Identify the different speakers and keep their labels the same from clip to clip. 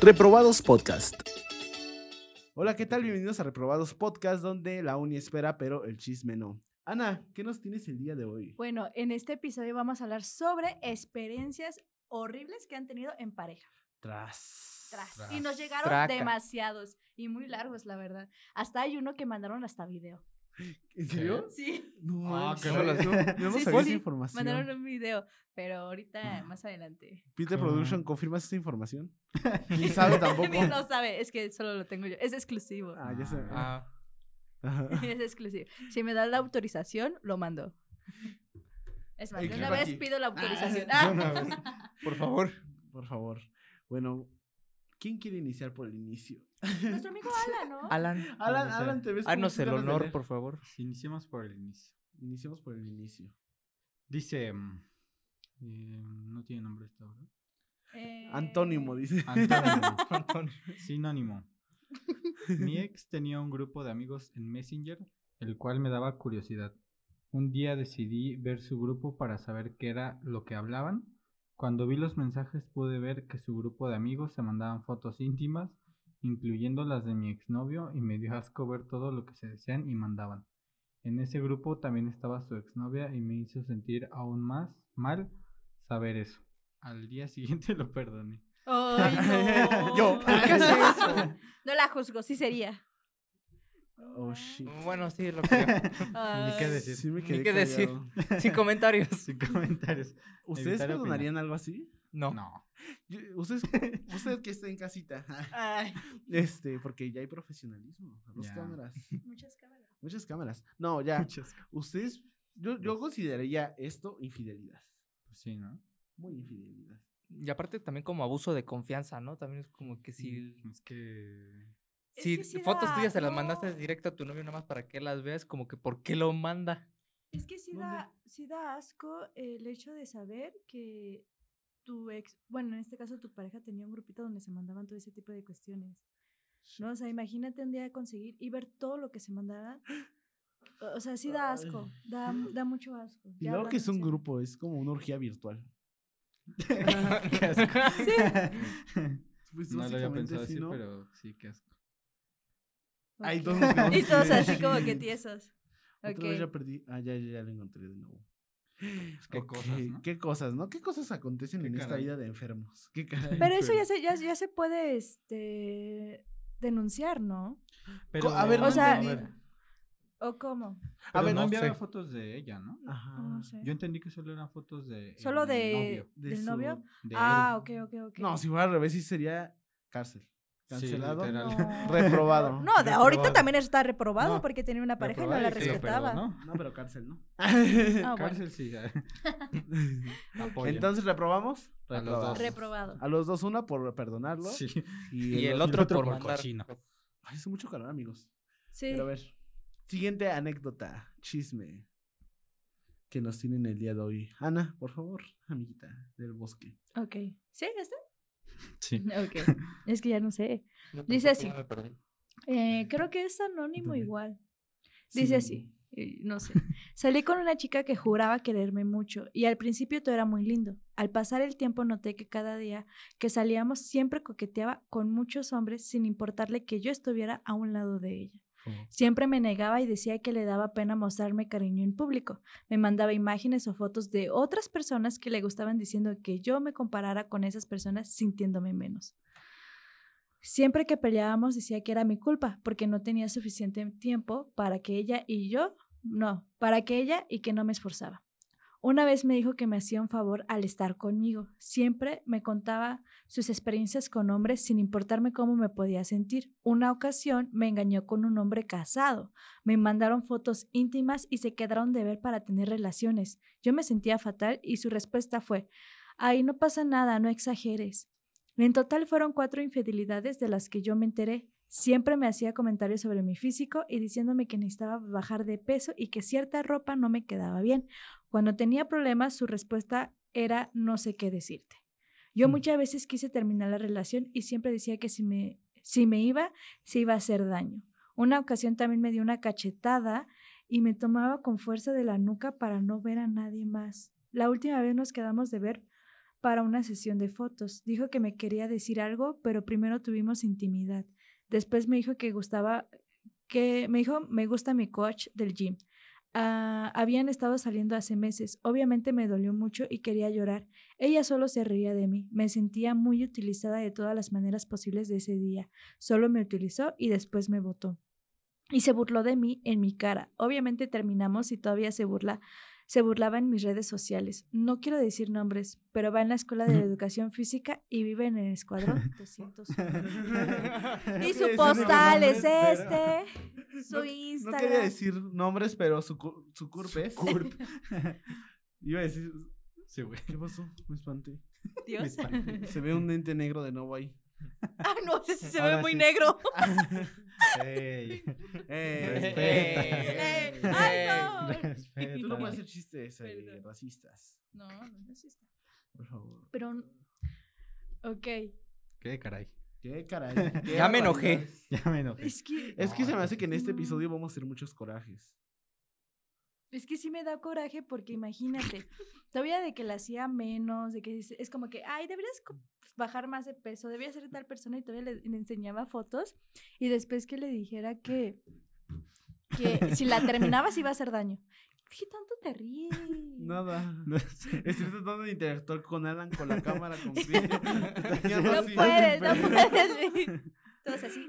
Speaker 1: Reprobados Podcast.
Speaker 2: Hola, ¿qué tal? Bienvenidos a Reprobados Podcast, donde la uni espera, pero el chisme no. Ana, ¿qué nos tienes el día de hoy?
Speaker 3: Bueno, en este episodio vamos a hablar sobre experiencias horribles que han tenido en pareja.
Speaker 2: Tras.
Speaker 3: Tras. Y nos llegaron
Speaker 4: Traca.
Speaker 3: demasiados y muy largos, la verdad. Hasta hay uno que mandaron hasta video.
Speaker 2: ¿En serio?
Speaker 3: Sí,
Speaker 2: No,
Speaker 4: Ah,
Speaker 2: no
Speaker 4: qué
Speaker 2: sabía,
Speaker 4: malas.
Speaker 2: no, no hemos
Speaker 3: Sí,
Speaker 2: sabido
Speaker 3: sí,
Speaker 2: esa información.
Speaker 3: mandaron un video, pero ahorita más adelante.
Speaker 2: Peter
Speaker 4: Ah.
Speaker 2: Production, ¿confirmas esa información?
Speaker 4: Ni sabe tampoco.
Speaker 3: Ni lo sabe, es que solo lo tengo yo. Es exclusivo.
Speaker 2: Ah, ya sé.
Speaker 4: Ah,
Speaker 2: Ajá.
Speaker 3: Es exclusivo. Si me da la autorización, lo mando. Es más,
Speaker 4: Ay,
Speaker 3: de
Speaker 4: qué
Speaker 3: una vez
Speaker 4: aquí.
Speaker 3: pido la autorización.
Speaker 4: de una vez. Por favor.
Speaker 2: Por favor. Bueno, ¿quién quiere iniciar por el inicio?
Speaker 3: Nuestro amigo Ala, ¿no?
Speaker 4: Alan.
Speaker 2: Alan, Alan, te ves con
Speaker 4: Haznos
Speaker 2: muchas
Speaker 4: Ah, el
Speaker 2: ganas de
Speaker 4: honor,
Speaker 2: leer.
Speaker 4: por favor.
Speaker 5: ah, Iniciemos por el inicio.
Speaker 2: Iniciamos por el inicio.
Speaker 5: Dice. mm, eh, no tiene nombre esta, ¿verdad?
Speaker 3: Eh,
Speaker 2: Antónimo, dice.
Speaker 5: Antónimo.
Speaker 4: Antonio.
Speaker 5: Sinónimo. Mi ex tenía un grupo de amigos en Messenger, el cual me daba curiosidad. Un día decidí ver su grupo para saber qué era lo que hablaban. Cuando vi los mensajes pude ver que su grupo de amigos se mandaban fotos íntimas, incluyendo las de mi exnovio, y me dio asco ver todo lo que se decían y mandaban. En ese grupo también estaba su exnovia y me hizo sentir aún más mal saber eso. Al día siguiente lo perdoné.
Speaker 3: Ay, no.
Speaker 2: Yo.
Speaker 3: ¿Qué es eso? No la juzgo, sí sería.
Speaker 2: Oh, shit.
Speaker 4: Bueno, sí, lo que.
Speaker 3: Ay.
Speaker 5: qué decir.
Speaker 2: Sí me
Speaker 4: Ni
Speaker 2: quedé
Speaker 4: qué decir.
Speaker 2: callado.
Speaker 4: Sin comentarios.
Speaker 5: Sin comentarios.
Speaker 2: ¿Ustedes
Speaker 5: Evitar opinar.
Speaker 2: perdonarían algo así?
Speaker 4: No.
Speaker 5: No.
Speaker 2: Yo- Ustedes, ustedes que estén en casita.
Speaker 3: Ay,
Speaker 2: Este, porque ya hay profesionalismo. Dos
Speaker 5: Ya.
Speaker 2: cámaras.
Speaker 3: muchas cámaras.
Speaker 2: Muchas cámaras. No, ya.
Speaker 5: Muchas cosas.
Speaker 2: Ustedes, yo, yo consideraría esto infidelidad.
Speaker 5: pues Sí, ¿no?
Speaker 2: Muy infidelidad.
Speaker 4: Y aparte también como abuso de confianza, ¿no? También es como que si...
Speaker 5: Es que.
Speaker 3: Es
Speaker 4: Si
Speaker 3: que sí
Speaker 4: fotos
Speaker 3: da,
Speaker 4: tuyas se las mandaste
Speaker 3: no.
Speaker 4: directo a tu novio nada más para que las veas, como que ¿por qué lo manda?
Speaker 3: Es que sí da, sí da asco el hecho de saber que tu ex, bueno, en este caso tu pareja tenía un grupito donde se mandaban todo ese tipo de cuestiones. No, o sea, imagínate un día conseguir y ver todo lo que se mandaba. O o sea, sí da asco, da, da mucho asco.
Speaker 2: Y
Speaker 3: ya
Speaker 2: luego que
Speaker 3: hablando
Speaker 2: es
Speaker 3: en
Speaker 2: un
Speaker 3: serio.
Speaker 2: grupo, es como una orgía virtual.
Speaker 5: Qué asco.
Speaker 2: Pues
Speaker 5: no lo había
Speaker 2: básicamente,
Speaker 5: pensado
Speaker 2: sí,
Speaker 5: así,
Speaker 2: ¿no?
Speaker 5: pero sí, qué asco.
Speaker 2: Ay,
Speaker 3: Ok.
Speaker 2: todos nos quedamos
Speaker 3: Y todos así como que
Speaker 2: shit.
Speaker 3: tiesos.
Speaker 2: Otra vez ya
Speaker 3: Ok.
Speaker 2: perdí. Ah, ya, ya, ya lo encontré de nuevo.
Speaker 5: Pues, qué
Speaker 2: Ok,
Speaker 5: cosas, ¿no?
Speaker 2: ¿Qué cosas, no? ¿Qué cosas acontecen
Speaker 5: Qué
Speaker 2: en esta
Speaker 5: caray.
Speaker 2: vida de enfermos? ¿Qué caray?
Speaker 3: Pero eso ya
Speaker 5: Pero-
Speaker 3: se, ya, ya se puede este, denunciar, ¿no?
Speaker 5: Pero,
Speaker 2: a ver,
Speaker 3: O sea,
Speaker 5: a
Speaker 3: y-
Speaker 5: ver,
Speaker 3: ¿O cómo?
Speaker 5: pero
Speaker 2: ver,
Speaker 5: no
Speaker 4: no
Speaker 5: enviaba
Speaker 4: sé.
Speaker 5: fotos de ella, ¿no?
Speaker 2: Ajá.
Speaker 3: No sé.
Speaker 5: Yo entendí que solo eran fotos de.
Speaker 3: Solo
Speaker 5: el
Speaker 3: de,
Speaker 5: novio,
Speaker 2: de
Speaker 3: del
Speaker 2: su-
Speaker 3: novio.
Speaker 5: de
Speaker 3: Ah,
Speaker 5: él.
Speaker 3: ok, ok, ok.
Speaker 2: No, si fuera al revés, sí sería cárcel.
Speaker 5: Sí,
Speaker 2: Cancelado.
Speaker 5: literal.
Speaker 3: No.
Speaker 2: Reprobado.
Speaker 3: No, de ahorita
Speaker 5: Reprobado.
Speaker 3: también está reprobado
Speaker 5: No,
Speaker 3: porque tenía una pareja y no
Speaker 5: Reprobada
Speaker 3: la
Speaker 5: y se lo
Speaker 3: respetaba.
Speaker 5: perdonó.
Speaker 2: No, pero cárcel, ¿no.
Speaker 3: Ah, bueno.
Speaker 5: Cárcel, sí. Apoyan.
Speaker 2: Entonces, ¿reprobamos?
Speaker 5: A los
Speaker 2: Reprobados.
Speaker 5: dos.
Speaker 3: Reprobado.
Speaker 2: A los dos, una por perdonarlo.
Speaker 5: Sí.
Speaker 4: Y, el, otro por mandar. Pues,
Speaker 5: cochino.
Speaker 2: Ay, hace mucho calor, amigos.
Speaker 3: Sí.
Speaker 2: Pero a ver. Siguiente anécdota, chisme. Que nos tienen el día de hoy. Ana, por favor, amiguita del bosque.
Speaker 3: Ok. ¿Sí? ¿Ya está?
Speaker 5: Sí.
Speaker 3: Ok. es que ya no sé.
Speaker 4: No,
Speaker 3: Dice
Speaker 4: tampoco
Speaker 3: así.
Speaker 4: ya me perdí.
Speaker 3: Eh, creo que es anónimo
Speaker 2: Dale.
Speaker 3: igual. Dice así, eh, no sé. Salí con una chica que juraba quererme mucho y al principio todo era muy lindo. Al pasar el tiempo noté que cada día que salíamos siempre coqueteaba con muchos hombres sin importarle que yo estuviera a un lado de ella. Siempre me negaba y decía que le daba pena mostrarme cariño en público. Me mandaba imágenes o fotos de otras personas que le gustaban diciendo que yo me comparara con esas personas sintiéndome menos. Siempre que peleábamos decía que era mi culpa porque no tenía suficiente tiempo para que ella y yo, no, para que ella y que no me esforzaba. Una vez me dijo que me hacía un favor al estar conmigo. Siempre me contaba sus experiencias con hombres sin importarme cómo me podía sentir. Una ocasión me engañó con un hombre casado. Me mandaron fotos íntimas y se quedaron de ver para tener relaciones. Yo me sentía fatal y su respuesta fue, ay, no pasa nada, no exageres. En total fueron cuatro infidelidades de las que yo me enteré. Siempre me hacía comentarios sobre mi físico y diciéndome que necesitaba bajar de peso y que cierta ropa no me quedaba bien. Cuando tenía problemas, su respuesta era no sé qué decirte. Yo
Speaker 4: Mm.
Speaker 3: muchas veces quise terminar la relación y siempre decía que si me, si me iba, se iba a hacer daño. Una ocasión también me dio una cachetada y me tomaba con fuerza de la nuca para no ver a nadie más. La última vez nos quedamos de ver para una sesión de fotos. Dijo que me quería decir algo, pero primero tuvimos intimidad. Después me dijo que gustaba, que me dijo, me gusta mi coach del gym. Ah, habían estado saliendo hace meses. Obviamente me dolió mucho y quería llorar. Ella solo se reía de mí. Me sentía muy utilizada de todas las maneras posibles de ese día. Solo me utilizó y después me votó. Y se burló de mí en mi cara. Obviamente terminamos y todavía se burla. Se burlaba en mis redes sociales. No quiero decir nombres, pero va en la escuela de educación física y vive en el escuadrón 201. y su postal es este, su
Speaker 2: No
Speaker 3: Instagram.
Speaker 2: quería decir nombres, pero su, cu- su curp es.
Speaker 5: Curp.
Speaker 2: Iba a decir,
Speaker 5: sí, güey.
Speaker 2: ¿qué pasó? Me espanté.
Speaker 5: Me
Speaker 3: Dios.
Speaker 5: espanté.
Speaker 2: Se ve un ente negro de nuevo ahí.
Speaker 3: Ah, no, ese sí se
Speaker 5: Ahora
Speaker 3: ve muy
Speaker 5: sí.
Speaker 3: negro.
Speaker 5: Ey,
Speaker 2: Eh,
Speaker 5: Respeta.
Speaker 2: eh,
Speaker 3: Ay,
Speaker 2: eh.
Speaker 3: no.
Speaker 5: respeta.
Speaker 2: Tú no puedes hacer chistes eh,
Speaker 3: Perdón.
Speaker 2: racistas,
Speaker 3: No, no existe.
Speaker 2: por favor.
Speaker 3: Pero, ok.
Speaker 5: ¿Qué caray?
Speaker 2: ¿Qué caray? qué
Speaker 4: Ya me enojé.
Speaker 2: barbaridades.
Speaker 5: Ya me enojé.
Speaker 3: Es que,
Speaker 2: Es que
Speaker 5: No,
Speaker 2: se me
Speaker 5: es
Speaker 2: hace que en este
Speaker 3: no.
Speaker 2: episodio vamos a hacer muchos corajes.
Speaker 3: es que sí me da coraje porque imagínate, todavía de que la hacía menos, de que dice- es como que, ay, deberías co- pues, bajar más de peso, debería ser tal persona y todavía le, le enseñaba fotos y después que le dijera que, que si la terminabas iba a hacer daño. ¿Qué tanto te ríes?
Speaker 2: Nada.
Speaker 5: No sé.
Speaker 2: Estoy tratando de interactuar con Alan, con la cámara, con Cristian. Ya
Speaker 3: No
Speaker 2: sí.
Speaker 3: puedes, no puedes. Todos así.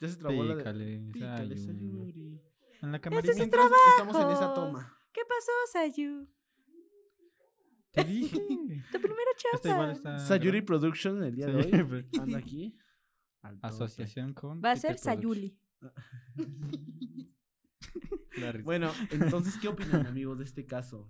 Speaker 2: Ya se trabó la de...
Speaker 5: Pícale,
Speaker 2: Pícale,
Speaker 5: Sayuri.
Speaker 2: Sayuri.
Speaker 5: En la
Speaker 3: Ese es
Speaker 5: camarita.
Speaker 3: el
Speaker 2: Mientras Estamos en esa
Speaker 3: trabajo.
Speaker 2: toma.
Speaker 3: ¿Qué pasó, Sayu?
Speaker 5: Te dije.
Speaker 3: Tu primera
Speaker 5: Esta igual
Speaker 3: chamba.
Speaker 4: Ah,
Speaker 5: está.
Speaker 2: Sayuri Productions el día de hoy.
Speaker 5: Sayuri.
Speaker 4: pues.
Speaker 2: Anda aquí. al tope.
Speaker 5: Asociación con.
Speaker 3: Va a ser
Speaker 5: Peter Productions.
Speaker 3: Sayuli.
Speaker 5: La risa.
Speaker 2: Bueno, entonces, ¿qué opinan, amigos, de este caso?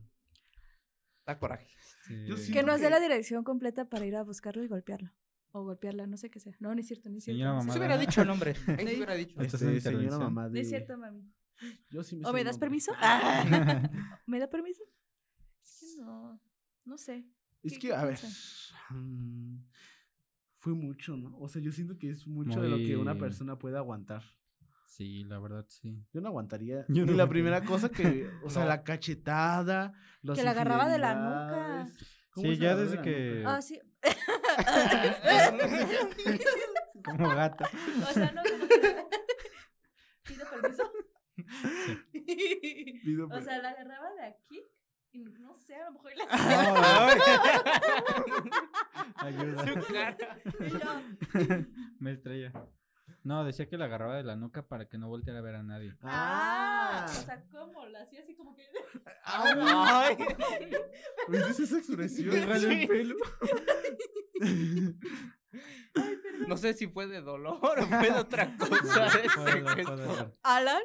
Speaker 4: Da coraje.
Speaker 5: Sí.
Speaker 2: yo sí-
Speaker 3: Que nos dé
Speaker 2: Ok.
Speaker 3: la dirección completa para ir a buscarlo y golpearlo. O golpearla, no sé qué sea. No, no es cierto, no es cierto.
Speaker 5: Señora
Speaker 3: no es
Speaker 5: mamá.
Speaker 4: Se
Speaker 3: cierto.
Speaker 4: hubiera dicho el nombre. Ahí
Speaker 3: Sí.
Speaker 4: se hubiera dicho.
Speaker 5: Esta es una
Speaker 2: Este, señora
Speaker 5: intervención.
Speaker 2: mamá
Speaker 3: No
Speaker 2: de...
Speaker 3: es cierto, mami.
Speaker 2: Yo sí me
Speaker 3: ¿O
Speaker 2: sé
Speaker 3: me
Speaker 2: el
Speaker 3: das
Speaker 2: nombre.
Speaker 3: permiso? Ah, ¿Me da permiso? Es que no, no sé.
Speaker 2: Es
Speaker 3: ¿Qué-
Speaker 2: que,
Speaker 3: qué
Speaker 2: a ver... mm, Fue mucho, ¿no? O sea, yo siento que es mucho de lo que una
Speaker 5: Muy-
Speaker 2: persona puede aguantar.
Speaker 5: Sí, la verdad, sí.
Speaker 2: Yo no aguantaría.
Speaker 5: Yo no
Speaker 2: ni la
Speaker 5: aguantaría.
Speaker 2: primera cosa que, o sea,
Speaker 4: No.
Speaker 2: la cachetada, las
Speaker 3: Que la agarraba de la
Speaker 2: infidelidades. ¿Cómo
Speaker 5: Sí,
Speaker 2: es
Speaker 5: ya
Speaker 2: agarrar de
Speaker 5: desde
Speaker 2: la
Speaker 5: que-
Speaker 2: nuca?
Speaker 3: Ah, sí.
Speaker 5: Como gata.
Speaker 3: o sea, no. no. ¿Pido permiso?
Speaker 2: Pido
Speaker 3: o
Speaker 2: per-
Speaker 3: sea, la agarraba de aquí y no sé, a lo mejor la
Speaker 5: Ayuda.
Speaker 3: y yo,
Speaker 5: Me estrella. No, decía que la agarraba de la nuca para que no volteara a ver a nadie.
Speaker 3: Ah,
Speaker 2: Ah,
Speaker 3: o sea, ¿cómo? La hacía así como que.
Speaker 2: ¡Ay! ¿Ves esa expresión?
Speaker 4: Me jaló el
Speaker 2: pelo.
Speaker 4: No sé si fue de dolor o fue de otra cosa. de ese
Speaker 5: Fue dolor, fue
Speaker 4: gesto,
Speaker 5: dolor.
Speaker 3: Alan.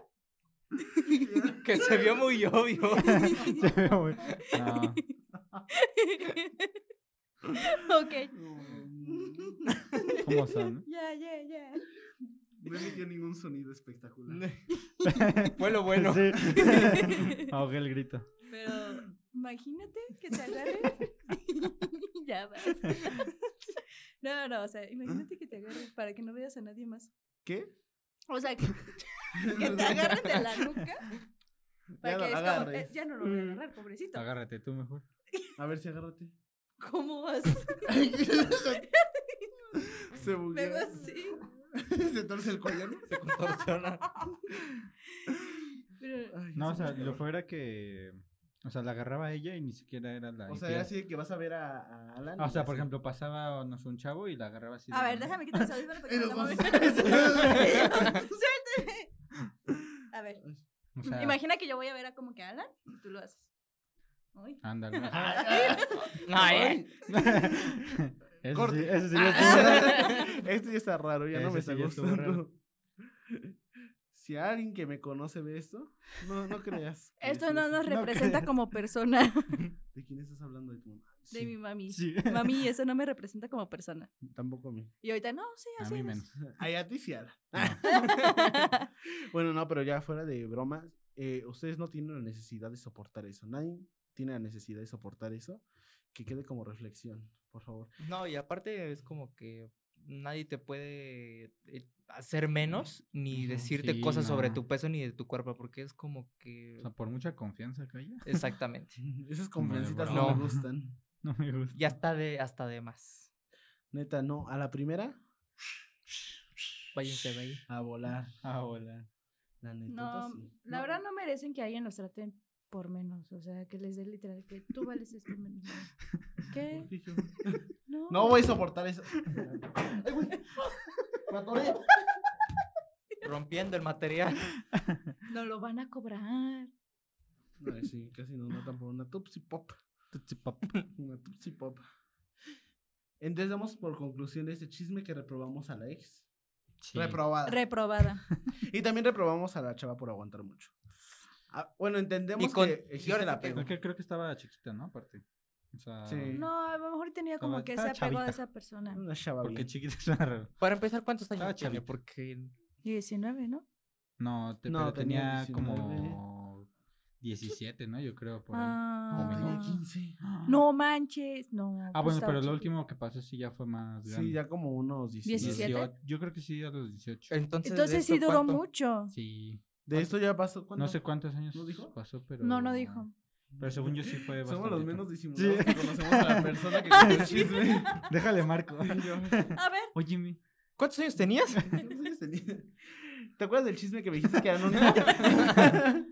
Speaker 4: que se vio muy obvio.
Speaker 5: Se ve muy- No.
Speaker 3: ok.
Speaker 2: No
Speaker 5: ¿Cómo son?
Speaker 3: Ya, ya, ya.
Speaker 2: emitió ningún sonido espectacular.
Speaker 4: Fue lo bueno.
Speaker 5: Sí. Ahogué el grito.
Speaker 3: Pero imagínate que te agarre. ya vas. No, no, o sea, imagínate que te agarre para que no veas a nadie más.
Speaker 2: ¿Qué?
Speaker 3: O sea, que, que te agarren de la nuca para
Speaker 2: Ya no
Speaker 3: que es
Speaker 2: la
Speaker 3: como,
Speaker 2: agarres.
Speaker 3: eh, ya no lo voy a agarrar, pobrecito.
Speaker 5: Agárrate tú mejor.
Speaker 2: A ver si agárrate.
Speaker 3: ¿Cómo vas?
Speaker 2: Se bugueó.
Speaker 3: Luego así.
Speaker 2: Se torce el cuello, ¿no?
Speaker 4: Se contorsiona.
Speaker 3: Pero,
Speaker 2: Ay,
Speaker 5: No, o
Speaker 2: eso
Speaker 5: sea,
Speaker 2: me
Speaker 5: lo
Speaker 2: agarró.
Speaker 5: fuera que. O sea, la agarraba a ella y ni siquiera era la.
Speaker 2: O sea,
Speaker 5: infiel.
Speaker 2: era así de que vas a ver a, a Alan.
Speaker 5: Ah, O
Speaker 2: y
Speaker 5: sea,
Speaker 2: ya
Speaker 5: por
Speaker 2: se-
Speaker 5: ejemplo, pasaba no sé, un chavo y la agarraba así. de
Speaker 3: a
Speaker 5: la
Speaker 3: ver,
Speaker 5: mano.
Speaker 3: déjame quitar los audífonos para
Speaker 2: Y
Speaker 3: que no
Speaker 2: los
Speaker 3: se
Speaker 2: dos.
Speaker 3: mueva. ¡Suéltame! A ver.
Speaker 5: O sea,
Speaker 3: Imagina que yo voy a ver a como que Alan y tú lo haces. Ay.
Speaker 5: Ándale.
Speaker 4: No, eh.
Speaker 5: Eso
Speaker 2: Corte.
Speaker 5: sí, eso sí ya estuvo-
Speaker 2: Esto ya está raro, ya no me
Speaker 5: Ese
Speaker 2: está
Speaker 5: sí ya estuvo
Speaker 2: gustando. Si alguien que me conoce ve esto, no, no creas. que
Speaker 3: Esto
Speaker 2: sí
Speaker 3: no
Speaker 2: es-
Speaker 3: nos
Speaker 5: No
Speaker 3: representa
Speaker 5: creas.
Speaker 3: como persona.
Speaker 2: ¿De quién estás hablando? De tu mamá.
Speaker 3: De
Speaker 2: Sí,
Speaker 3: mi mami.
Speaker 5: Sí.
Speaker 3: Mami, eso no me representa como persona.
Speaker 2: Tampoco a mí.
Speaker 3: Y ahorita, no, sí,
Speaker 5: A
Speaker 3: así
Speaker 5: mí
Speaker 3: es.
Speaker 5: menos.
Speaker 2: Ay, a ti sí, Alan. Bueno, no, pero ya fuera de bromas, eh, ustedes no tienen la necesidad de soportar eso. Nadie tiene la necesidad de soportar eso. Que quede como reflexión, por favor.
Speaker 4: No, y aparte es como que nadie te puede eh, hacer menos ni
Speaker 5: Ujú,
Speaker 4: decirte
Speaker 5: sí,
Speaker 4: cosas sobre
Speaker 5: no.
Speaker 4: tu peso ni de tu cuerpo, porque es como que...
Speaker 5: O sea, por mucha confianza que haya,
Speaker 4: Exactamente.
Speaker 2: Esas
Speaker 5: Como de
Speaker 2: conferencitas no
Speaker 4: broma.
Speaker 2: me
Speaker 5: No.
Speaker 2: gustan.
Speaker 5: no me gusta.
Speaker 4: Ya está de hasta de más.
Speaker 2: Neta, no. A la primera,
Speaker 4: Váyanse de ahí.
Speaker 2: a volar.
Speaker 5: Ah, hola.
Speaker 2: La neta.
Speaker 3: No, la verdad no merecen que alguien los traten por menos, o sea, que les dé literal que tú vales esto menos. ¿Qué? No.
Speaker 2: No voy a soportar eso. Ay, güey. Me atoré.
Speaker 4: Rompiendo el material.
Speaker 3: No lo van a cobrar.
Speaker 2: Ay, sí, casi nos matan por una Tupsi Pop.
Speaker 5: Tutsi pop.
Speaker 2: Una Tupsi Pop. Entonces damos por conclusión de este chisme que reprobamos a la ex.
Speaker 5: Sí.
Speaker 2: Reprobada.
Speaker 3: Reprobada.
Speaker 2: y también reprobamos a la chava por aguantar mucho. Ah, bueno, entendemos
Speaker 4: Y con-
Speaker 2: que
Speaker 4: y
Speaker 2: existe
Speaker 4: ahora
Speaker 2: el
Speaker 4: sí que-
Speaker 2: apego.
Speaker 5: Es que creo que estaba chiquita, ¿no? Aparte. O sea,
Speaker 2: Sí.
Speaker 3: No, a lo mejor tenía
Speaker 5: Estaba-
Speaker 3: como que ese
Speaker 5: estaba
Speaker 3: apego de
Speaker 5: chavita.
Speaker 3: esa persona.
Speaker 2: Una chava
Speaker 5: porque
Speaker 2: bien.
Speaker 5: chiquita suena raro.
Speaker 4: Para empezar, ¿cuántos años
Speaker 5: Ah,
Speaker 4: tiene?
Speaker 5: chavita.
Speaker 4: Porque
Speaker 3: 19, ¿no?
Speaker 5: No, te-
Speaker 2: No,
Speaker 5: pero
Speaker 2: tenía
Speaker 5: tenía
Speaker 2: 19.
Speaker 5: como 17, ¿no? Yo creo, por ahí.
Speaker 2: No,
Speaker 5: Ah.
Speaker 2: tenía
Speaker 3: Ah,
Speaker 2: 15.
Speaker 3: no manches, no.
Speaker 5: Ah, bueno, pero
Speaker 3: el
Speaker 5: lo último que pasó sí ya fue más grande.
Speaker 2: Sí, ya Eh. como unos 17.
Speaker 3: 17.
Speaker 5: 18. Yo creo que sí a los 18.
Speaker 4: entonces. de
Speaker 3: Entonces sí
Speaker 4: esto,
Speaker 3: duró
Speaker 4: ¿cuánto?
Speaker 3: mucho.
Speaker 5: Sí.
Speaker 2: De esto ya pasó. ¿cuánto?
Speaker 5: No sé cuántos años
Speaker 2: ¿No dijo?
Speaker 5: pasó, pero...
Speaker 3: No, no dijo.
Speaker 5: Pero según yo sí fue bastante.
Speaker 2: Somos los menos disimulados que conocemos a la persona que
Speaker 3: Ay,
Speaker 2: contó el
Speaker 3: sí.
Speaker 2: chisme.
Speaker 5: Déjale, Marco.
Speaker 3: A ver,
Speaker 5: Óyeme.
Speaker 4: ¿Cuántos años tenías?
Speaker 2: ¿Cuántos años tenía? ¿Te acuerdas del chisme que me dijiste que era anónimo?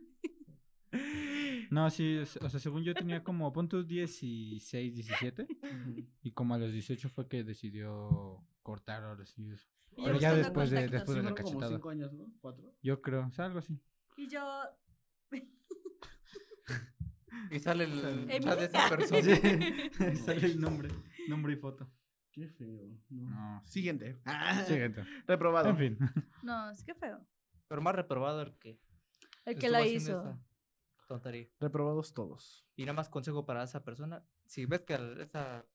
Speaker 5: No, sí, o sea, según yo tenía como puntos 16, 17. Y como a los 18 fue que decidió cortar ahora sí. eso.
Speaker 3: Y
Speaker 5: Pero
Speaker 3: yo
Speaker 5: ya
Speaker 3: buscando
Speaker 5: después de,
Speaker 3: contactos,
Speaker 5: después de la
Speaker 2: Fueron como
Speaker 5: cachetada.
Speaker 2: 5 años, ¿no? 4.
Speaker 5: Yo creo, o sea, algo así.
Speaker 3: y yo.
Speaker 4: Y sale el
Speaker 2: Sale.
Speaker 4: chat de esa persona.
Speaker 5: Sale el nombre, nombre y foto.
Speaker 2: Qué feo. no.
Speaker 5: No.
Speaker 2: Siguiente.
Speaker 5: Siguiente.
Speaker 2: Reprobado.
Speaker 5: En fin.
Speaker 3: No, es que feo.
Speaker 4: Pero más reprobado el que.
Speaker 3: El que
Speaker 4: estuvo
Speaker 3: lo
Speaker 4: haciendo
Speaker 3: hizo.
Speaker 4: esa Tontería.
Speaker 2: Reprobados todos.
Speaker 4: Y nada más consejo para esa persona. Si ves que al, esa-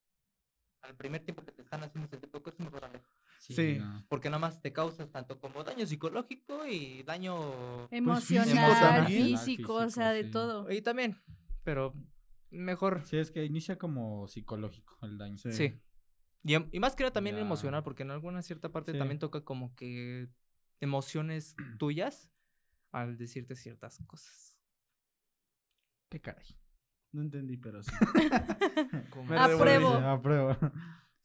Speaker 4: al primer tiempo que te están haciendo ese tipo de cosas, mejor aleja.
Speaker 2: Sí.
Speaker 5: no.
Speaker 4: Porque nada más te causas tanto como daño psicológico y daño...
Speaker 5: Pues
Speaker 3: Emocional,
Speaker 2: también.
Speaker 3: físico,
Speaker 5: Físico,
Speaker 3: o sea, de
Speaker 5: sí.
Speaker 3: todo.
Speaker 4: Y también, pero mejor.
Speaker 5: Sí, es que inicia como psicológico el daño.
Speaker 2: Sí.
Speaker 4: Sí. Y, em- y más que nada también
Speaker 5: Ya.
Speaker 4: emocional, porque en alguna cierta parte
Speaker 5: Sí.
Speaker 4: también toca como que emociones tuyas al decirte ciertas cosas.
Speaker 5: Qué caray.
Speaker 2: No entendí, pero sí.
Speaker 4: Como-
Speaker 2: Me
Speaker 3: Apruebo.
Speaker 5: Sí, apruebo.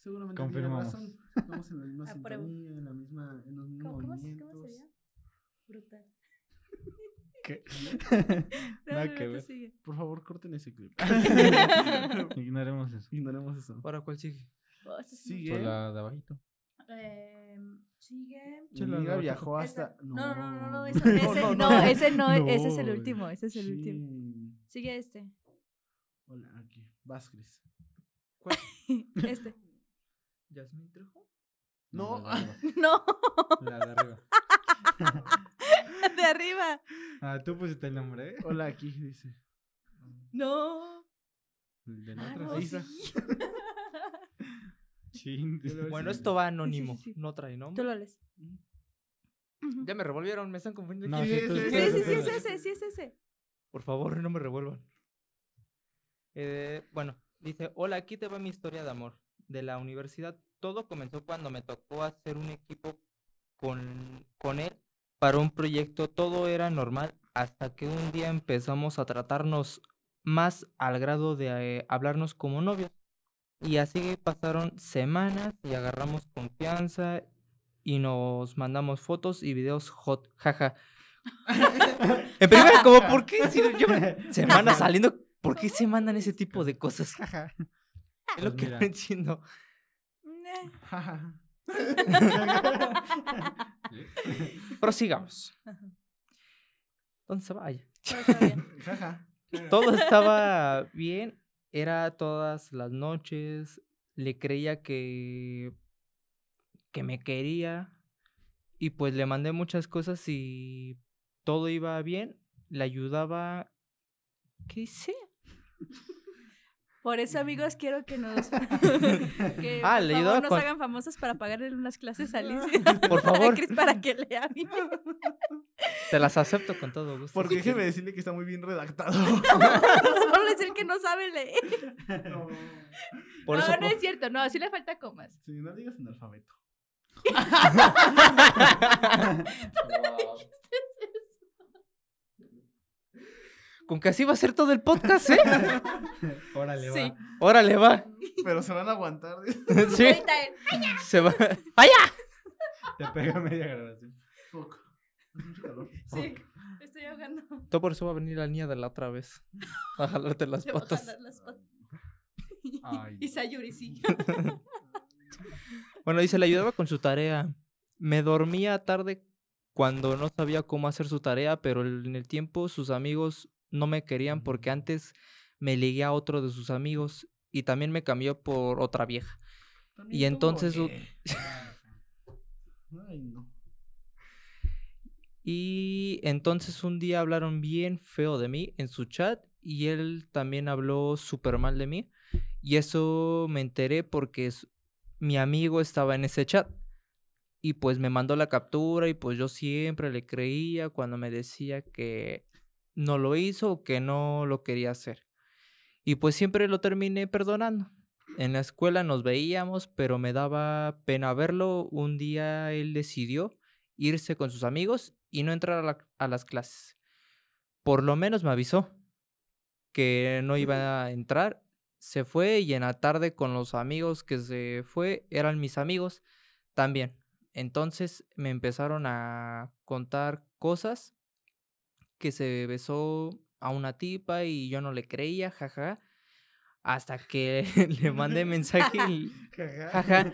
Speaker 2: Seguramente tiene
Speaker 5: Confirmamos.
Speaker 2: razón. Estamos en la misma
Speaker 3: Apruebo.
Speaker 2: sintonía, en la misma, en los mismos
Speaker 3: ¿Cómo, cómo se-
Speaker 2: movimientos.
Speaker 3: cómo sería? Brutal.
Speaker 5: ¿Qué?
Speaker 3: No, no,
Speaker 5: Nada
Speaker 3: no,
Speaker 5: que
Speaker 3: tú
Speaker 5: ver.
Speaker 3: sigue.
Speaker 2: Por favor, corten ese clip.
Speaker 5: Ignoremos eso.
Speaker 2: Ignoremos eso.
Speaker 4: Ahora, ¿cuál sigue?
Speaker 3: Oh, esto es
Speaker 2: Sigue.
Speaker 5: Por
Speaker 2: ¿Qué?
Speaker 5: la de abajito.
Speaker 3: muy- Em, sigue.
Speaker 2: Mi
Speaker 5: Chela,
Speaker 2: amiga
Speaker 5: no,
Speaker 2: viajó
Speaker 3: Esa-
Speaker 2: hasta.
Speaker 3: No, no, no, no, no, ese, ese- no, ese no, ese es el
Speaker 5: No.
Speaker 3: último, ese es el último.
Speaker 2: Sí.
Speaker 3: Sigue este,
Speaker 2: Hola, aquí. Vas, Cris.
Speaker 3: este.
Speaker 4: ¿Yasmín Trejo?
Speaker 2: No.
Speaker 5: La de arriba.
Speaker 3: No,
Speaker 5: La de arriba.
Speaker 3: de arriba.
Speaker 5: Ah, tú pusiste el nombre, ¿eh?
Speaker 2: Hola, aquí, dice.
Speaker 3: No.
Speaker 5: El del
Speaker 3: Ah,
Speaker 5: otro.
Speaker 3: no,
Speaker 2: ahí
Speaker 3: sí.
Speaker 2: está.
Speaker 5: Chin.
Speaker 2: Yo lo-
Speaker 4: Bueno,
Speaker 2: Sí.
Speaker 4: esto va anónimo,
Speaker 3: sí, sí.
Speaker 4: no trae
Speaker 3: Tú
Speaker 4: nombre.
Speaker 3: lo lees. Ujú.
Speaker 4: Mm. Ya me revolvieron, me están confundiendo.
Speaker 5: No,
Speaker 4: aquí.
Speaker 5: sí, tú-
Speaker 3: Sí, sí,
Speaker 5: tú-
Speaker 3: sí,
Speaker 5: tú-
Speaker 3: es ese, sí, es ese.
Speaker 4: Por favor, no me revuelvan. Eh, bueno, dice, hola, aquí te va mi historia de amor. De la universidad, todo comenzó cuando me tocó hacer un equipo con, con él para un proyecto. Todo era normal hasta que un día empezamos a tratarnos más al grado de eh, hablarnos como novios. Y así pasaron semanas y agarramos confianza y nos mandamos fotos y videos hot, jaja. en primera, como, ¿por qué? Si yo me- se mandan saliendo, ¿por qué se mandan ese tipo de cosas? Jaja. Es lo
Speaker 5: Pues
Speaker 4: que no
Speaker 5: mira.
Speaker 4: entiendo.
Speaker 3: Eh,
Speaker 4: Prosigamos. Entonces, vaya.
Speaker 3: pero está bien.
Speaker 2: Jaja.
Speaker 4: todo estaba bien, era todas las noches, le creía que que me quería y pues le mandé muchas cosas y todo iba bien, le ayudaba ¿Qué hice?
Speaker 3: Por eso, amigos, quiero que nos, que,
Speaker 4: Ah,
Speaker 3: por
Speaker 4: le
Speaker 3: favor,
Speaker 4: ayudaba
Speaker 3: nos
Speaker 4: con-
Speaker 3: hagan famosos para pagarle unas clases a Alicia.
Speaker 4: Por
Speaker 3: a
Speaker 4: favor,
Speaker 3: Cris para que lea bien.
Speaker 4: te las acepto con todo gusto.
Speaker 2: Porque
Speaker 4: si
Speaker 2: déjeme
Speaker 4: quieres.
Speaker 2: decirle que está muy bien redactado.
Speaker 3: Solo es el que no sabe leer.
Speaker 2: No.
Speaker 4: Por
Speaker 3: no,
Speaker 4: eso
Speaker 3: no es cierto. No, sí le falta comas.
Speaker 2: Sí, no digas analfabeto.
Speaker 4: Con que así va a ser todo el podcast, ¿eh?
Speaker 5: Órale,
Speaker 3: Sí.
Speaker 5: va.
Speaker 4: Órale, va.
Speaker 2: Pero se van a aguantar. dice.
Speaker 4: Sí,
Speaker 3: Ahorita él,
Speaker 4: se va. ¡Vaya!
Speaker 5: Te pega media grabación.
Speaker 2: Fuck. Hace mucho calor.
Speaker 3: Sí, estoy ahogando.
Speaker 4: Todo por eso va a venir la niña de la otra vez. A jalarte las
Speaker 3: Te voy a
Speaker 4: patas.
Speaker 3: jalar las patas.
Speaker 5: Ay.
Speaker 3: Y Sayuri, sí.
Speaker 4: Bueno, dice, le ayudaba con su tarea. Me dormía tarde cuando no sabía cómo hacer su tarea, pero el- en el tiempo sus amigos no me querían porque antes me ligué a otro de sus amigos y también me cambió por otra vieja.
Speaker 2: También
Speaker 4: Y
Speaker 2: tú,
Speaker 4: entonces u-
Speaker 2: oye. Ay, no.
Speaker 4: Y entonces un día hablaron bien feo de mí en su chat y él también habló súper mal de mí. Y eso me enteré porque es- mi amigo estaba en ese chat. Y pues me mandó la captura y pues yo siempre le creía cuando me decía que no lo hizo o que no lo quería hacer. Y pues siempre lo terminé perdonando. En la escuela nos veíamos, pero me daba pena verlo. Un día él decidió irse con sus amigos y no entrar a, la- a las clases. Por lo menos me avisó que no iba a entrar. Se fue y en la tarde con los amigos que se fue eran mis amigos también. Entonces me empezaron a contar cosas que se besó a una tipa y yo no le creía, jaja. Hasta que le mandé mensaje y- Jaja.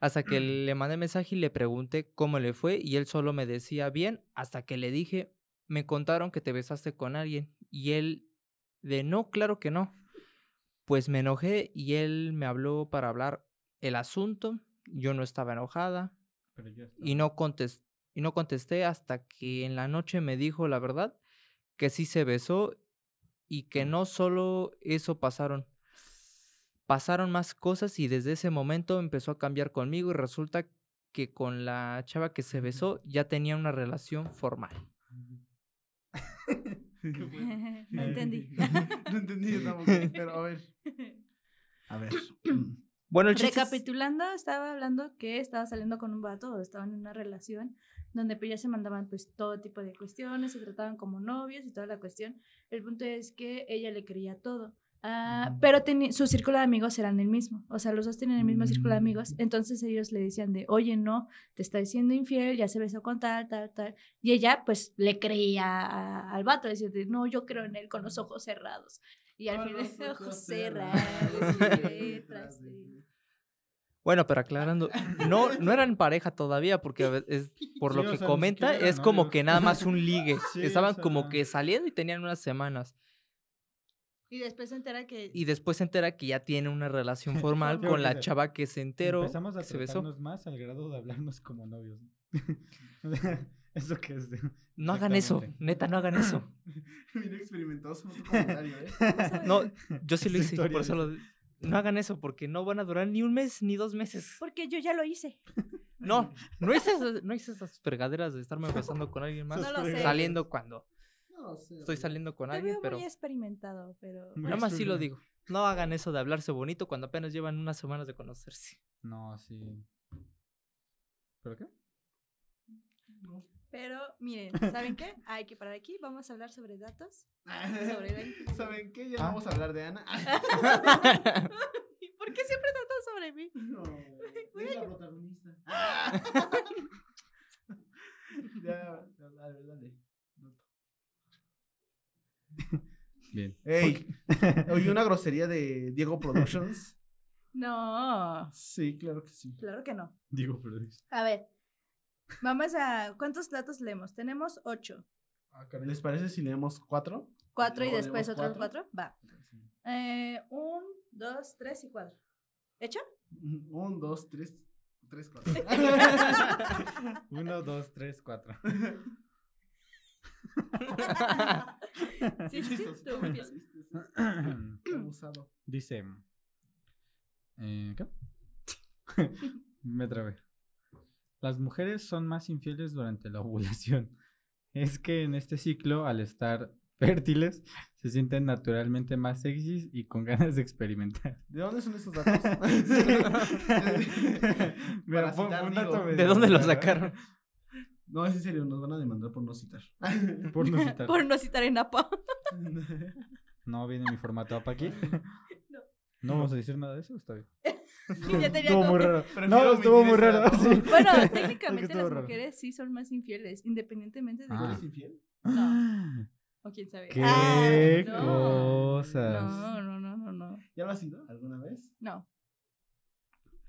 Speaker 4: Hasta que le mandé mensaje y le pregunté cómo le fue y él solo me decía bien, hasta que le dije, me contaron que te besaste con alguien y él de no, claro que no. Pues me enojé y él me habló para hablar el asunto, yo no estaba enojada
Speaker 5: Pero yo estaba-
Speaker 4: y no, contes- y no contesté hasta que en la noche me dijo la verdad, que sí se besó y que no solo eso pasaron. Pasaron más cosas y desde ese momento empezó a cambiar conmigo y resulta que con la chava que se besó ya tenía una relación formal.
Speaker 3: No entendí.
Speaker 2: no entendí yo tampoco. Pero a ver. A ver.
Speaker 4: Bueno, el chiste es-
Speaker 3: Recapitulando, estaba hablando que estaba saliendo con un vato o estaban en una relación donde pues ya se mandaban pues todo tipo de cuestiones, se trataban como novios y toda la cuestión. El punto es que ella le creía todo. Ah,
Speaker 2: Mm.
Speaker 3: pero teni- su círculo de amigos eran el mismo, o sea, los dos tenían el mismo círculo
Speaker 2: Mm.
Speaker 3: de amigos, entonces ellos le decían de, oye, no, te está diciendo infiel, ya se besó con tal, tal, tal, y ella pues le creía a- al vato, decía, de, no, yo creo en él con los ojos cerrados, y al
Speaker 2: Con
Speaker 3: final
Speaker 2: los ojos
Speaker 3: ojos
Speaker 2: cerrados, sí,
Speaker 3: cerrados, y
Speaker 2: letras,
Speaker 3: letras, y-
Speaker 2: sí.
Speaker 4: Bueno, pero aclarando, no, no eran pareja todavía, porque a ve- es, por
Speaker 5: Sí,
Speaker 4: lo
Speaker 5: o
Speaker 4: que
Speaker 5: sea, ni
Speaker 4: comenta,
Speaker 5: siquiera
Speaker 4: es
Speaker 5: eran
Speaker 4: como
Speaker 5: novios.
Speaker 4: que nada más un ligue.
Speaker 5: Sí, o
Speaker 4: Estaban como
Speaker 5: sea.
Speaker 4: que saliendo y tenían unas semanas.
Speaker 3: Y después se entera que.
Speaker 4: Y después se entera que ya tiene una relación formal
Speaker 5: Yo
Speaker 4: con la
Speaker 5: ahorita
Speaker 4: chava que se enteró.
Speaker 5: Empezamos a
Speaker 4: que se besó.
Speaker 5: tratarnos más al grado de hablarnos como novios. O sea, Eso que es. de-
Speaker 4: No hagan eso,
Speaker 5: Exactamente.
Speaker 4: neta, no hagan eso.
Speaker 2: Mira, experimentados en otro comentario, ¿eh?
Speaker 4: No, yo sí lo
Speaker 5: Esa
Speaker 4: hice,
Speaker 5: historia
Speaker 4: por eso
Speaker 5: de-
Speaker 4: lo- No hagan eso, porque no van a durar ni un mes ni dos meses.
Speaker 3: Porque yo ya lo hice.
Speaker 4: No, no hice esas, no hice esas fregaderas de estarme besando con alguien más.
Speaker 5: Esas
Speaker 3: No lo sé.
Speaker 4: Saliendo cuando
Speaker 2: No sé.
Speaker 4: estoy saliendo con
Speaker 3: Te
Speaker 4: alguien,
Speaker 3: veo
Speaker 4: pero
Speaker 3: muy experimentado, pero.
Speaker 5: Muy
Speaker 4: nada más sí lo
Speaker 5: experimento.
Speaker 4: digo. No hagan eso de hablarse bonito cuando apenas llevan unas semanas de conocerse.
Speaker 5: No, sí. ¿Pero qué?
Speaker 3: Pero miren, ¿saben qué? Hay que parar aquí. Vamos a hablar sobre datos. Sobre la infidelidad.
Speaker 2: ¿Saben qué? Ya
Speaker 5: Ah.
Speaker 2: no vamos a hablar de Ana.
Speaker 3: ¿Por qué siempre tratan sobre mí?
Speaker 2: No, es la protagonista. ya, ya, dale, dale.
Speaker 5: Bien.
Speaker 2: Ey, oí una grosería de Diego Productions.
Speaker 3: No.
Speaker 2: Sí, claro que sí.
Speaker 3: Claro que no.
Speaker 5: Digo, pero. es-
Speaker 3: A ver. Vamos a. ¿Cuántos datos leemos? Tenemos ocho.
Speaker 2: Ah, ¿Les parece si leemos cuatro?
Speaker 3: Cuatro y
Speaker 2: Luego
Speaker 3: después
Speaker 2: leemos
Speaker 3: otros
Speaker 2: cuatro.
Speaker 3: cuatro. Va. Eh, un, dos, tres y cuatro. ¿Hecho?
Speaker 2: Un, dos, tres, tres, cuatro.
Speaker 5: Uno, dos, tres, cuatro.
Speaker 3: sí, sí,
Speaker 2: Listos.
Speaker 3: tú muy bien.
Speaker 2: Abusado.
Speaker 5: Dice. eh, ¿Qué? Me trabé. Las mujeres son más infieles durante la ovulación. Es que en este ciclo, al estar fértiles, se sienten naturalmente más sexys y con ganas de experimentar.
Speaker 2: ¿De dónde son estos datos?
Speaker 5: Mira,
Speaker 2: Para
Speaker 5: fue-
Speaker 2: citar,
Speaker 5: fue un
Speaker 2: digo.
Speaker 5: dato
Speaker 2: ¿De
Speaker 4: ¿De
Speaker 5: medio
Speaker 4: dónde lo
Speaker 5: raro,
Speaker 4: sacaron?
Speaker 2: no, es en serio, nos van a demandar por no citar.
Speaker 5: Por no citar.
Speaker 3: Por no citar en APA.
Speaker 5: No viene mi formato APA aquí.
Speaker 3: No.
Speaker 5: No vamos a decir nada de eso, está bien.
Speaker 3: Ya tenía
Speaker 5: Estuvo
Speaker 3: como
Speaker 5: muy
Speaker 3: que-
Speaker 5: raro. No,
Speaker 2: Prefiero
Speaker 5: estuvo muy
Speaker 2: omitir ese
Speaker 5: raro.
Speaker 2: dato.
Speaker 5: sí.
Speaker 3: Bueno,
Speaker 5: Porque
Speaker 3: técnicamente
Speaker 5: estuvo
Speaker 3: las
Speaker 5: raro.
Speaker 3: mujeres sí son más infieles, independientemente de
Speaker 5: Ah.
Speaker 2: ¿Tú
Speaker 3: que-
Speaker 2: eres infiel?
Speaker 3: o quién sabe.
Speaker 5: ¡Qué
Speaker 3: Ah,
Speaker 5: cosas!
Speaker 3: No, no, no, no, no.
Speaker 2: ¿Ya lo has sido alguna vez?
Speaker 3: No.